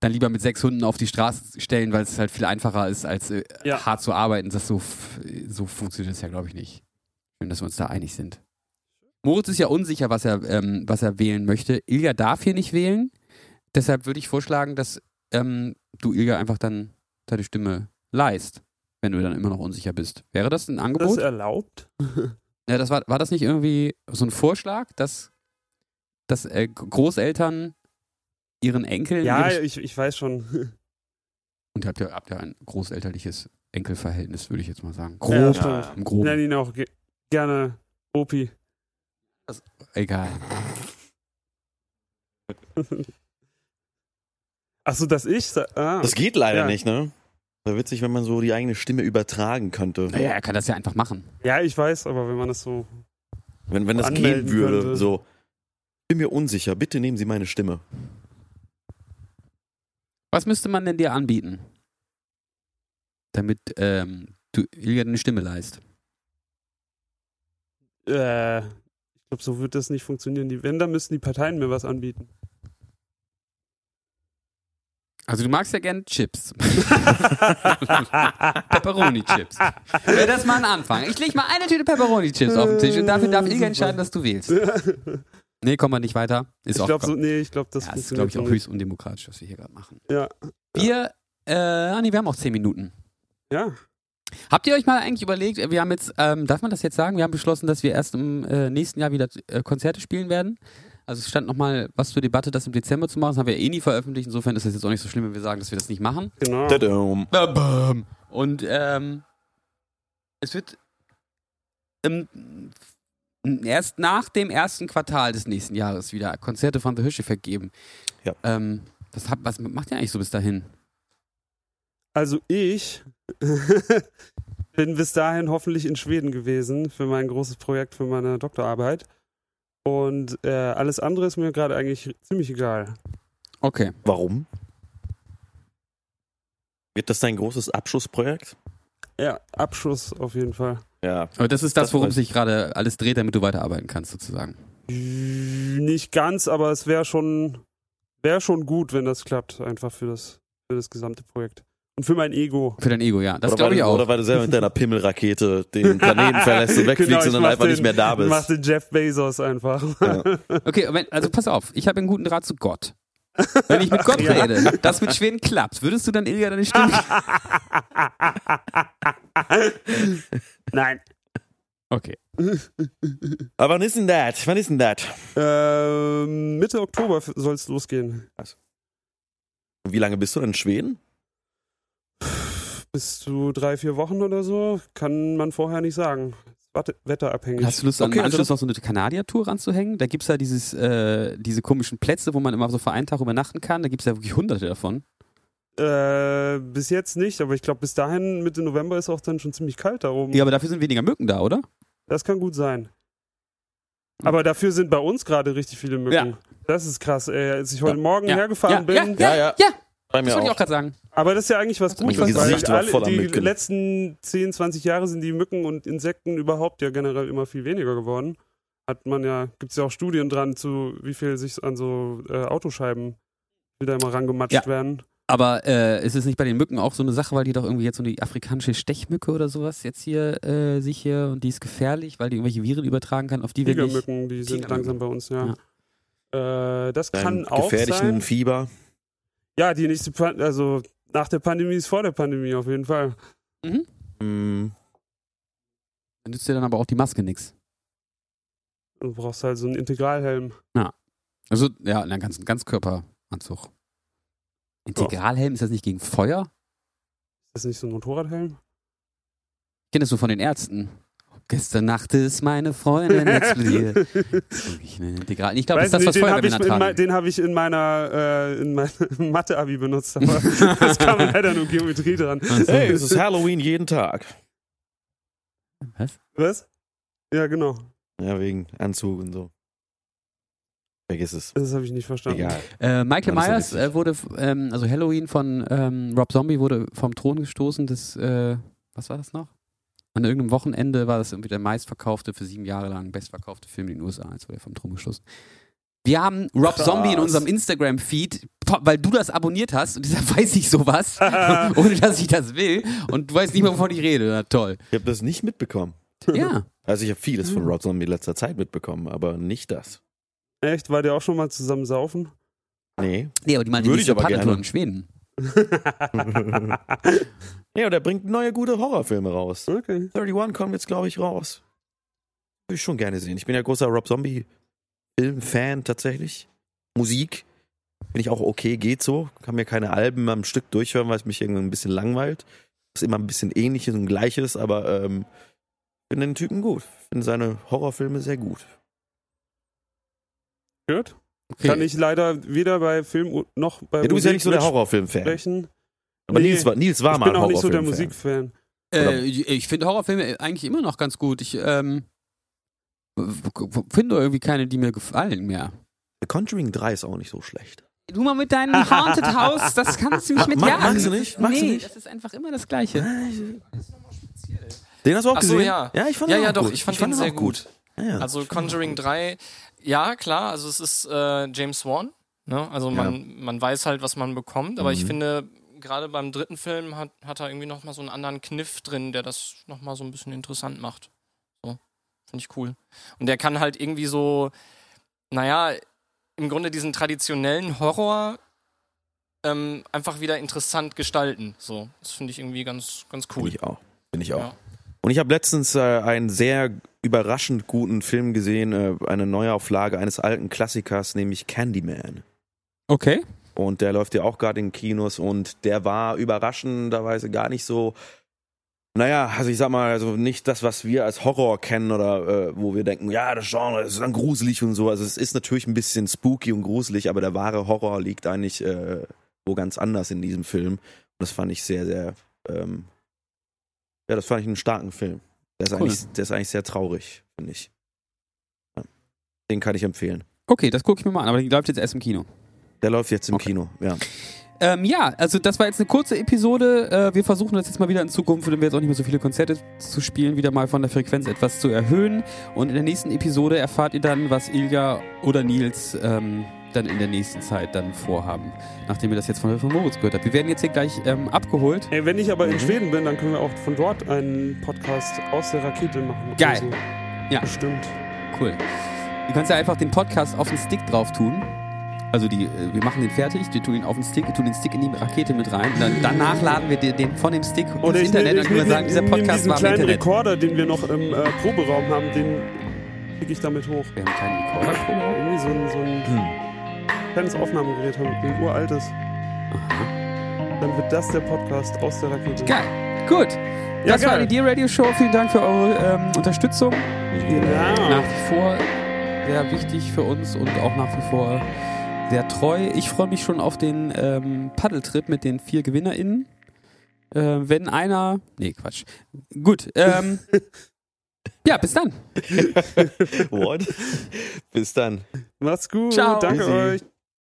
Speaker 1: dann lieber mit sechs Hunden auf die Straße stellen, weil es halt viel einfacher ist, als äh,
Speaker 2: Ja.
Speaker 1: hart zu arbeiten. Das so, f- so funktioniert es ja, glaube ich, nicht. Schön, dass wir uns da einig sind. Moritz ist ja unsicher, was er, ähm, was er wählen möchte. Ilja darf hier nicht wählen. Deshalb würde ich vorschlagen, dass ähm, du Ilja einfach dann deine Stimme leist, wenn du dann immer noch unsicher bist. Wäre das ein
Speaker 2: Das
Speaker 1: Angebot?
Speaker 2: ist erlaubt.
Speaker 1: Ja, das war, war das nicht irgendwie so ein Vorschlag, dass, dass äh, Großeltern ihren Enkeln.
Speaker 2: Ja,
Speaker 1: ihre,
Speaker 2: ich, ich weiß schon.
Speaker 1: und habt ihr, habt ihr ein großelterliches Enkelverhältnis, würde ich jetzt mal sagen. Grob,
Speaker 2: Ja,
Speaker 3: Ja,
Speaker 2: stimmt.
Speaker 1: im Groben.
Speaker 2: Nenn ihn auch ge gerne Opi.
Speaker 1: Egal.
Speaker 2: Achso, dass ich? sa- Ah.
Speaker 3: Das geht leider
Speaker 2: Ja.
Speaker 3: nicht, ne? Wäre witzig, wenn man so die eigene Stimme übertragen könnte.
Speaker 1: Naja, er kann das ja einfach machen.
Speaker 2: Ja, ich weiß, aber wenn man das so.
Speaker 3: Wenn, wenn das
Speaker 2: Anmelden
Speaker 3: gehen würde,
Speaker 2: könnte.
Speaker 3: so. Bin mir unsicher, bitte nehmen Sie meine Stimme.
Speaker 1: Was müsste man denn dir anbieten? Damit ähm, du Ilja eine Stimme leist.
Speaker 2: Äh, ich glaube, so wird das nicht funktionieren. Die, wenn, dann müssen die Parteien mir was anbieten.
Speaker 1: Also du magst ja gerne Chips. Pepperoni-Chips. Wäre das mal ein Anfang. Ich lege mal eine Tüte Pepperoni-Chips auf den Tisch und dafür darf
Speaker 2: Äh.
Speaker 1: Ilja entscheiden, dass du wählst. Nee, kommen wir nicht weiter. Ist
Speaker 2: ich
Speaker 1: auch
Speaker 2: glaube, so, nee, ich glaube, das
Speaker 1: ja, ist, glaube
Speaker 2: funktioniert
Speaker 1: ich, auch
Speaker 2: so nicht.
Speaker 1: höchst undemokratisch, was wir hier gerade machen.
Speaker 2: Ja.
Speaker 1: Wir, äh, ah, nee, wir haben auch zehn Minuten.
Speaker 2: Ja.
Speaker 1: Habt ihr euch mal eigentlich überlegt, wir haben jetzt, ähm, darf man das jetzt sagen? Wir haben beschlossen, dass wir erst im äh, nächsten Jahr wieder äh, Konzerte spielen werden. Also es stand nochmal was zur Debatte, das im Dezember zu machen. Das haben wir eh nie veröffentlicht. Insofern ist das jetzt auch nicht so schlimm, wenn wir sagen, dass wir das nicht machen.
Speaker 2: Genau.
Speaker 3: Tadam.
Speaker 1: Und ähm, es wird ähm, erst nach dem ersten Quartal des nächsten Jahres wieder Konzerte von The Hirsch vergeben.
Speaker 3: Ja.
Speaker 1: Ähm, was, hab, was macht ihr eigentlich so bis dahin?
Speaker 2: Also ich bin bis dahin hoffentlich in Schweden gewesen für mein großes Projekt, für meine Doktorarbeit. Und äh, alles andere ist mir gerade eigentlich ziemlich egal.
Speaker 1: Okay.
Speaker 3: Warum? Wird das dein großes Abschlussprojekt?
Speaker 2: Ja, Abschuss auf jeden Fall.
Speaker 3: Ja.
Speaker 1: Aber das ist das,
Speaker 3: Das
Speaker 1: worum
Speaker 3: weiß
Speaker 1: sich gerade alles dreht, damit du weiterarbeiten kannst, sozusagen.
Speaker 2: Nicht ganz, aber es wäre schon, wär schon gut, wenn das klappt, einfach für das, für das gesamte Projekt. Und für mein Ego.
Speaker 1: Für dein Ego, ja. Das
Speaker 3: Oder
Speaker 1: glaube
Speaker 3: weil
Speaker 1: ich
Speaker 3: du- Oder
Speaker 1: auch.
Speaker 3: weil du selber mit deiner Pimmelrakete den Planeten verlässt und wegfliegst
Speaker 2: Genau, ich
Speaker 3: und dann
Speaker 2: mach
Speaker 3: einfach
Speaker 2: den-
Speaker 3: nicht mehr da bist.
Speaker 2: Mach den Jeff Bezos einfach.
Speaker 1: Okay, Moment, also pass auf. Ich habe einen guten Draht zu Gott. Wenn ich mit Gott
Speaker 2: Ja.
Speaker 1: rede, das mit Schweden klappt, würdest du dann Ilja deine Stimme?
Speaker 3: Ah.
Speaker 2: Nein.
Speaker 1: Okay.
Speaker 3: Aber wann ist denn das? Wann ist denn das?
Speaker 2: Ähm, Mitte Oktober soll es losgehen.
Speaker 3: Wie lange bist du denn in Schweden?
Speaker 2: Bis zu drei, vier Wochen oder so kann man vorher nicht sagen. Ist watte- Wetterabhängig.
Speaker 1: Hast du Lust, am
Speaker 3: Okay, also
Speaker 1: Anschluss noch so eine Kanadier-Tour ranzuhängen? Da gibt es ja dieses, äh, diese komischen Plätze, wo man immer so für einen Tag übernachten kann. Da gibt es ja wirklich hunderte davon.
Speaker 2: äh, bis jetzt nicht, aber ich glaube, bis dahin, Mitte November, ist auch dann schon ziemlich kalt da oben.
Speaker 1: Ja, aber dafür sind weniger Mücken da, oder?
Speaker 2: Das kann gut sein. Aber dafür sind bei uns gerade richtig viele Mücken.
Speaker 1: Ja.
Speaker 2: Das ist krass, ey. Als ich heute
Speaker 1: Ja.
Speaker 2: Morgen
Speaker 1: Ja.
Speaker 2: hergefahren
Speaker 1: ja,
Speaker 2: bin.
Speaker 1: ja, ja, ja,
Speaker 3: Ja, Bei
Speaker 1: das wollte ich auch gerade sagen.
Speaker 2: Aber das ist ja eigentlich was
Speaker 1: Also
Speaker 2: Gutes,
Speaker 1: mein
Speaker 2: weil
Speaker 3: Gesicht war
Speaker 2: alle,
Speaker 3: voller
Speaker 2: die
Speaker 3: Mücken.
Speaker 2: letzten 10, 20 Jahre sind die Mücken und Insekten überhaupt ja generell immer viel weniger geworden. Hat man ja, gibt es ja auch Studien dran, zu wie viel sich an so äh, Autoscheiben wieder immer rangematscht
Speaker 1: Ja.
Speaker 2: werden.
Speaker 1: Aber äh, ist es nicht bei den Mücken auch so eine Sache, weil die doch irgendwie jetzt so eine afrikanische Stechmücke oder sowas jetzt hier äh, sich hier und die ist gefährlich, weil die irgendwelche Viren übertragen kann, auf die wir nicht.
Speaker 2: Tigermücken, die sind
Speaker 1: Tigermücken.
Speaker 2: langsam bei uns, ja. Äh, das kann
Speaker 3: Beim
Speaker 2: auch
Speaker 3: gefährlichen
Speaker 2: sein.
Speaker 3: Fieber.
Speaker 2: Ja, die nächste, Pan also nach der Pandemie ist vor der Pandemie auf jeden Fall.
Speaker 3: Hm,
Speaker 1: Mhm. Dann nützt dir dann aber auch die Maske nichts.
Speaker 2: Du brauchst halt so einen Integralhelm.
Speaker 1: Also, ja, einen ganzen Ganzkörperanzug. Integralhelm, ist das nicht gegen Feuer?
Speaker 2: Ist das nicht so ein Motorradhelm?
Speaker 1: Ich kenne das so von den Ärzten. Gestern Nacht ist meine Freundin explodiert. Ich, ne, Integral. ich glaube, das
Speaker 2: Weiß
Speaker 1: ist das, was
Speaker 2: nicht, den habe ich,
Speaker 1: Feuerwehrmänner
Speaker 2: in mei-
Speaker 1: tragen.
Speaker 2: den hab ich in meiner, äh, in meiner Mathe-Abi benutzt, aber das kam leider nur Geometrie dran.
Speaker 3: hey, es ist Halloween jeden Tag.
Speaker 2: Was? Ja, genau.
Speaker 3: Ja, wegen Anzug und so. Vergiss es.
Speaker 2: Das habe ich nicht verstanden.
Speaker 3: Egal.
Speaker 1: Äh, Michael
Speaker 3: Ja,
Speaker 1: Myers
Speaker 3: das ist ja
Speaker 1: äh, wurde, f- ähm, also Halloween von ähm, Rob Zombie wurde vom Thron gestoßen. Das, äh, was war das noch? An irgendeinem Wochenende war das irgendwie der meistverkaufte, für sieben Jahre lang bestverkaufte Film in den USA. Jetzt wurde er vom Thron gestoßen. Wir haben Rob
Speaker 3: Krass.
Speaker 1: Zombie in unserem Instagram-Feed, pa- weil du das abonniert hast und deshalb weiß ich sowas, ohne dass ich das will. Und du weißt nicht mehr, wovon ich rede. Na toll.
Speaker 3: Ich habe das nicht mitbekommen.
Speaker 1: Ja.
Speaker 3: Also ich habe vieles von Rob Zombie in letzter Zeit mitbekommen, aber nicht das.
Speaker 2: Echt? War der auch schon mal zusammen saufen?
Speaker 3: Nee.
Speaker 1: Nee, aber die meinte,
Speaker 3: Würde
Speaker 1: die
Speaker 3: ich
Speaker 1: ist eine
Speaker 3: aber
Speaker 1: Partnertour
Speaker 3: gerne.
Speaker 1: in Schweden.
Speaker 3: Ja, und er bringt neue gute Horrorfilme raus.
Speaker 2: Okay.
Speaker 3: 31 kommt jetzt, glaube ich, raus. Würde ich schon gerne sehen. Ich bin ja großer Rob Zombie-Film-Fan tatsächlich. Musik bin ich auch okay, geht so. Kann mir keine Alben am Stück durchhören, weil es mich irgendwie ein bisschen langweilt. Ist immer ein bisschen ähnliches und gleiches, aber ähm, finde den Typen gut. Finde seine Horrorfilme sehr gut.
Speaker 6: Äh,
Speaker 2: Gut. Kann ich leider weder bei Film noch bei
Speaker 3: Ja, du bist ja nicht so der
Speaker 2: Musik
Speaker 3: Horrorfilm-Fan.
Speaker 2: mitsprechen.
Speaker 3: Aber
Speaker 2: Nee.
Speaker 3: Nils war, Nils war
Speaker 2: ich
Speaker 3: mal
Speaker 2: bin
Speaker 3: ein
Speaker 2: auch nicht so der
Speaker 3: Horrorfilm-Fan.
Speaker 2: Musikfan.
Speaker 1: Äh, ich finde Horrorfilme äh, eigentlich immer noch ganz gut. Ich ähm, finde irgendwie keine, die mir gefallen mehr.
Speaker 3: The Conjuring 3 ist auch nicht so schlecht.
Speaker 1: Du mal mit deinem Haunted House, das kannst du nicht
Speaker 3: Ah,
Speaker 1: mit
Speaker 3: mag-
Speaker 1: jagen.
Speaker 3: magst du nicht? Magst du
Speaker 1: nee,
Speaker 3: nicht?
Speaker 1: das ist einfach immer das Gleiche.
Speaker 3: Den hast du auch
Speaker 6: Ach so,
Speaker 3: gesehen?
Speaker 6: ja.
Speaker 3: ich fand
Speaker 6: Ja,
Speaker 3: den
Speaker 6: ja,
Speaker 3: auch
Speaker 6: doch,
Speaker 3: gut.
Speaker 6: ich fand den
Speaker 3: auch
Speaker 6: sehr gut.
Speaker 3: Ja, ja.
Speaker 6: Also Conjuring 3, ja, klar, also es ist äh, James Wan. Ne? Also man, man weiß halt, was man bekommt,
Speaker 3: Mhm.
Speaker 6: aber ich finde, gerade beim dritten Film hat, hat er irgendwie nochmal so einen anderen Kniff drin, der das nochmal so ein bisschen interessant macht. So, finde ich cool. Und der kann halt irgendwie so, naja, im Grunde diesen traditionellen Horror ähm, einfach wieder interessant gestalten. So, das finde ich irgendwie ganz, ganz cool.
Speaker 3: Bin ich auch. Bin ich auch.
Speaker 6: Ja.
Speaker 3: Und ich habe letztens äh, einen sehr überraschend guten Film gesehen, äh, eine Neuauflage eines alten Klassikers, nämlich Candyman.
Speaker 1: Okay.
Speaker 3: Und der läuft ja auch gerade in Kinos und der war überraschenderweise gar nicht so. Naja, also ich sag mal, also nicht das, was wir als Horror kennen oder äh, wo wir denken, ja, das Genre ist dann gruselig und so. Also es ist natürlich ein bisschen spooky und gruselig, aber der wahre Horror liegt eigentlich äh, wo ganz anders in diesem Film. Und das fand ich sehr, sehr, ähm, ja, das fand ich einen starken Film. Der ist,
Speaker 1: Cool.
Speaker 3: eigentlich, der ist eigentlich sehr traurig, finde ich. Ja. Den kann ich empfehlen.
Speaker 1: Okay, das gucke ich mir mal an, aber die läuft jetzt erst im Kino.
Speaker 3: Der läuft jetzt im
Speaker 1: Okay.
Speaker 3: Kino, ja.
Speaker 1: Ähm, ja, also das war jetzt eine kurze Episode. Äh, wir versuchen das jetzt mal wieder in Zukunft, wenn wir jetzt auch nicht mehr so viele Konzerte zu spielen, wieder mal von der Frequenz etwas zu erhöhen. Und in der nächsten Episode erfahrt ihr dann, was Ilja oder Nils ähm, dann in der nächsten Zeit dann vorhaben, nachdem ihr das jetzt von, von Moritz gehört habt. Wir werden jetzt hier gleich ähm, abgeholt.
Speaker 2: Ey, wenn ich aber in Schweden bin, dann können wir auch von dort einen Podcast aus der Rakete machen.
Speaker 1: Geil.
Speaker 2: Also,
Speaker 1: Ja.
Speaker 2: Bestimmt.
Speaker 1: Cool. Du kannst ja einfach den Podcast auf den Stick drauf tun. Also die, äh, wir machen den fertig, wir tun ihn auf den Stick, wir tun den Stick in die Rakete mit rein. Dann, danach laden wir den, den von dem Stick ins
Speaker 2: Oder ich
Speaker 1: Internet
Speaker 2: nehme-
Speaker 1: und
Speaker 2: ich
Speaker 1: können wir
Speaker 2: nehme-
Speaker 1: sagen, dieser
Speaker 2: ich nehme
Speaker 1: Podcast
Speaker 2: diesen
Speaker 1: war im
Speaker 2: kleinen
Speaker 1: Internet.
Speaker 2: Rekorder, den wir noch im äh, Proberaum haben, den kriege ich damit hoch.
Speaker 1: Wir haben keinen Rekorder.
Speaker 2: Irgendwie so ein, so ein
Speaker 1: Hm.
Speaker 2: kleines Aufnahmegerät haben, ein uraltes. Dann wird das der Podcast aus der Rakete.
Speaker 1: Geil. Gut.
Speaker 2: Ja,
Speaker 1: das war
Speaker 2: geil.
Speaker 1: die Dear Radio Show. Vielen Dank für eure ähm, Unterstützung. Nach
Speaker 2: Ja.
Speaker 1: wie vor sehr wichtig für uns und auch nach wie vor sehr treu. Ich freue mich schon auf den ähm, Paddeltrip mit den vier GewinnerInnen. Äh, wenn einer. Nee, Quatsch. Gut. Ähm, ja, bis dann.
Speaker 3: What? Bis dann.
Speaker 2: Macht's gut.
Speaker 1: Ciao.
Speaker 2: Danke
Speaker 3: Tschüssi.
Speaker 2: euch.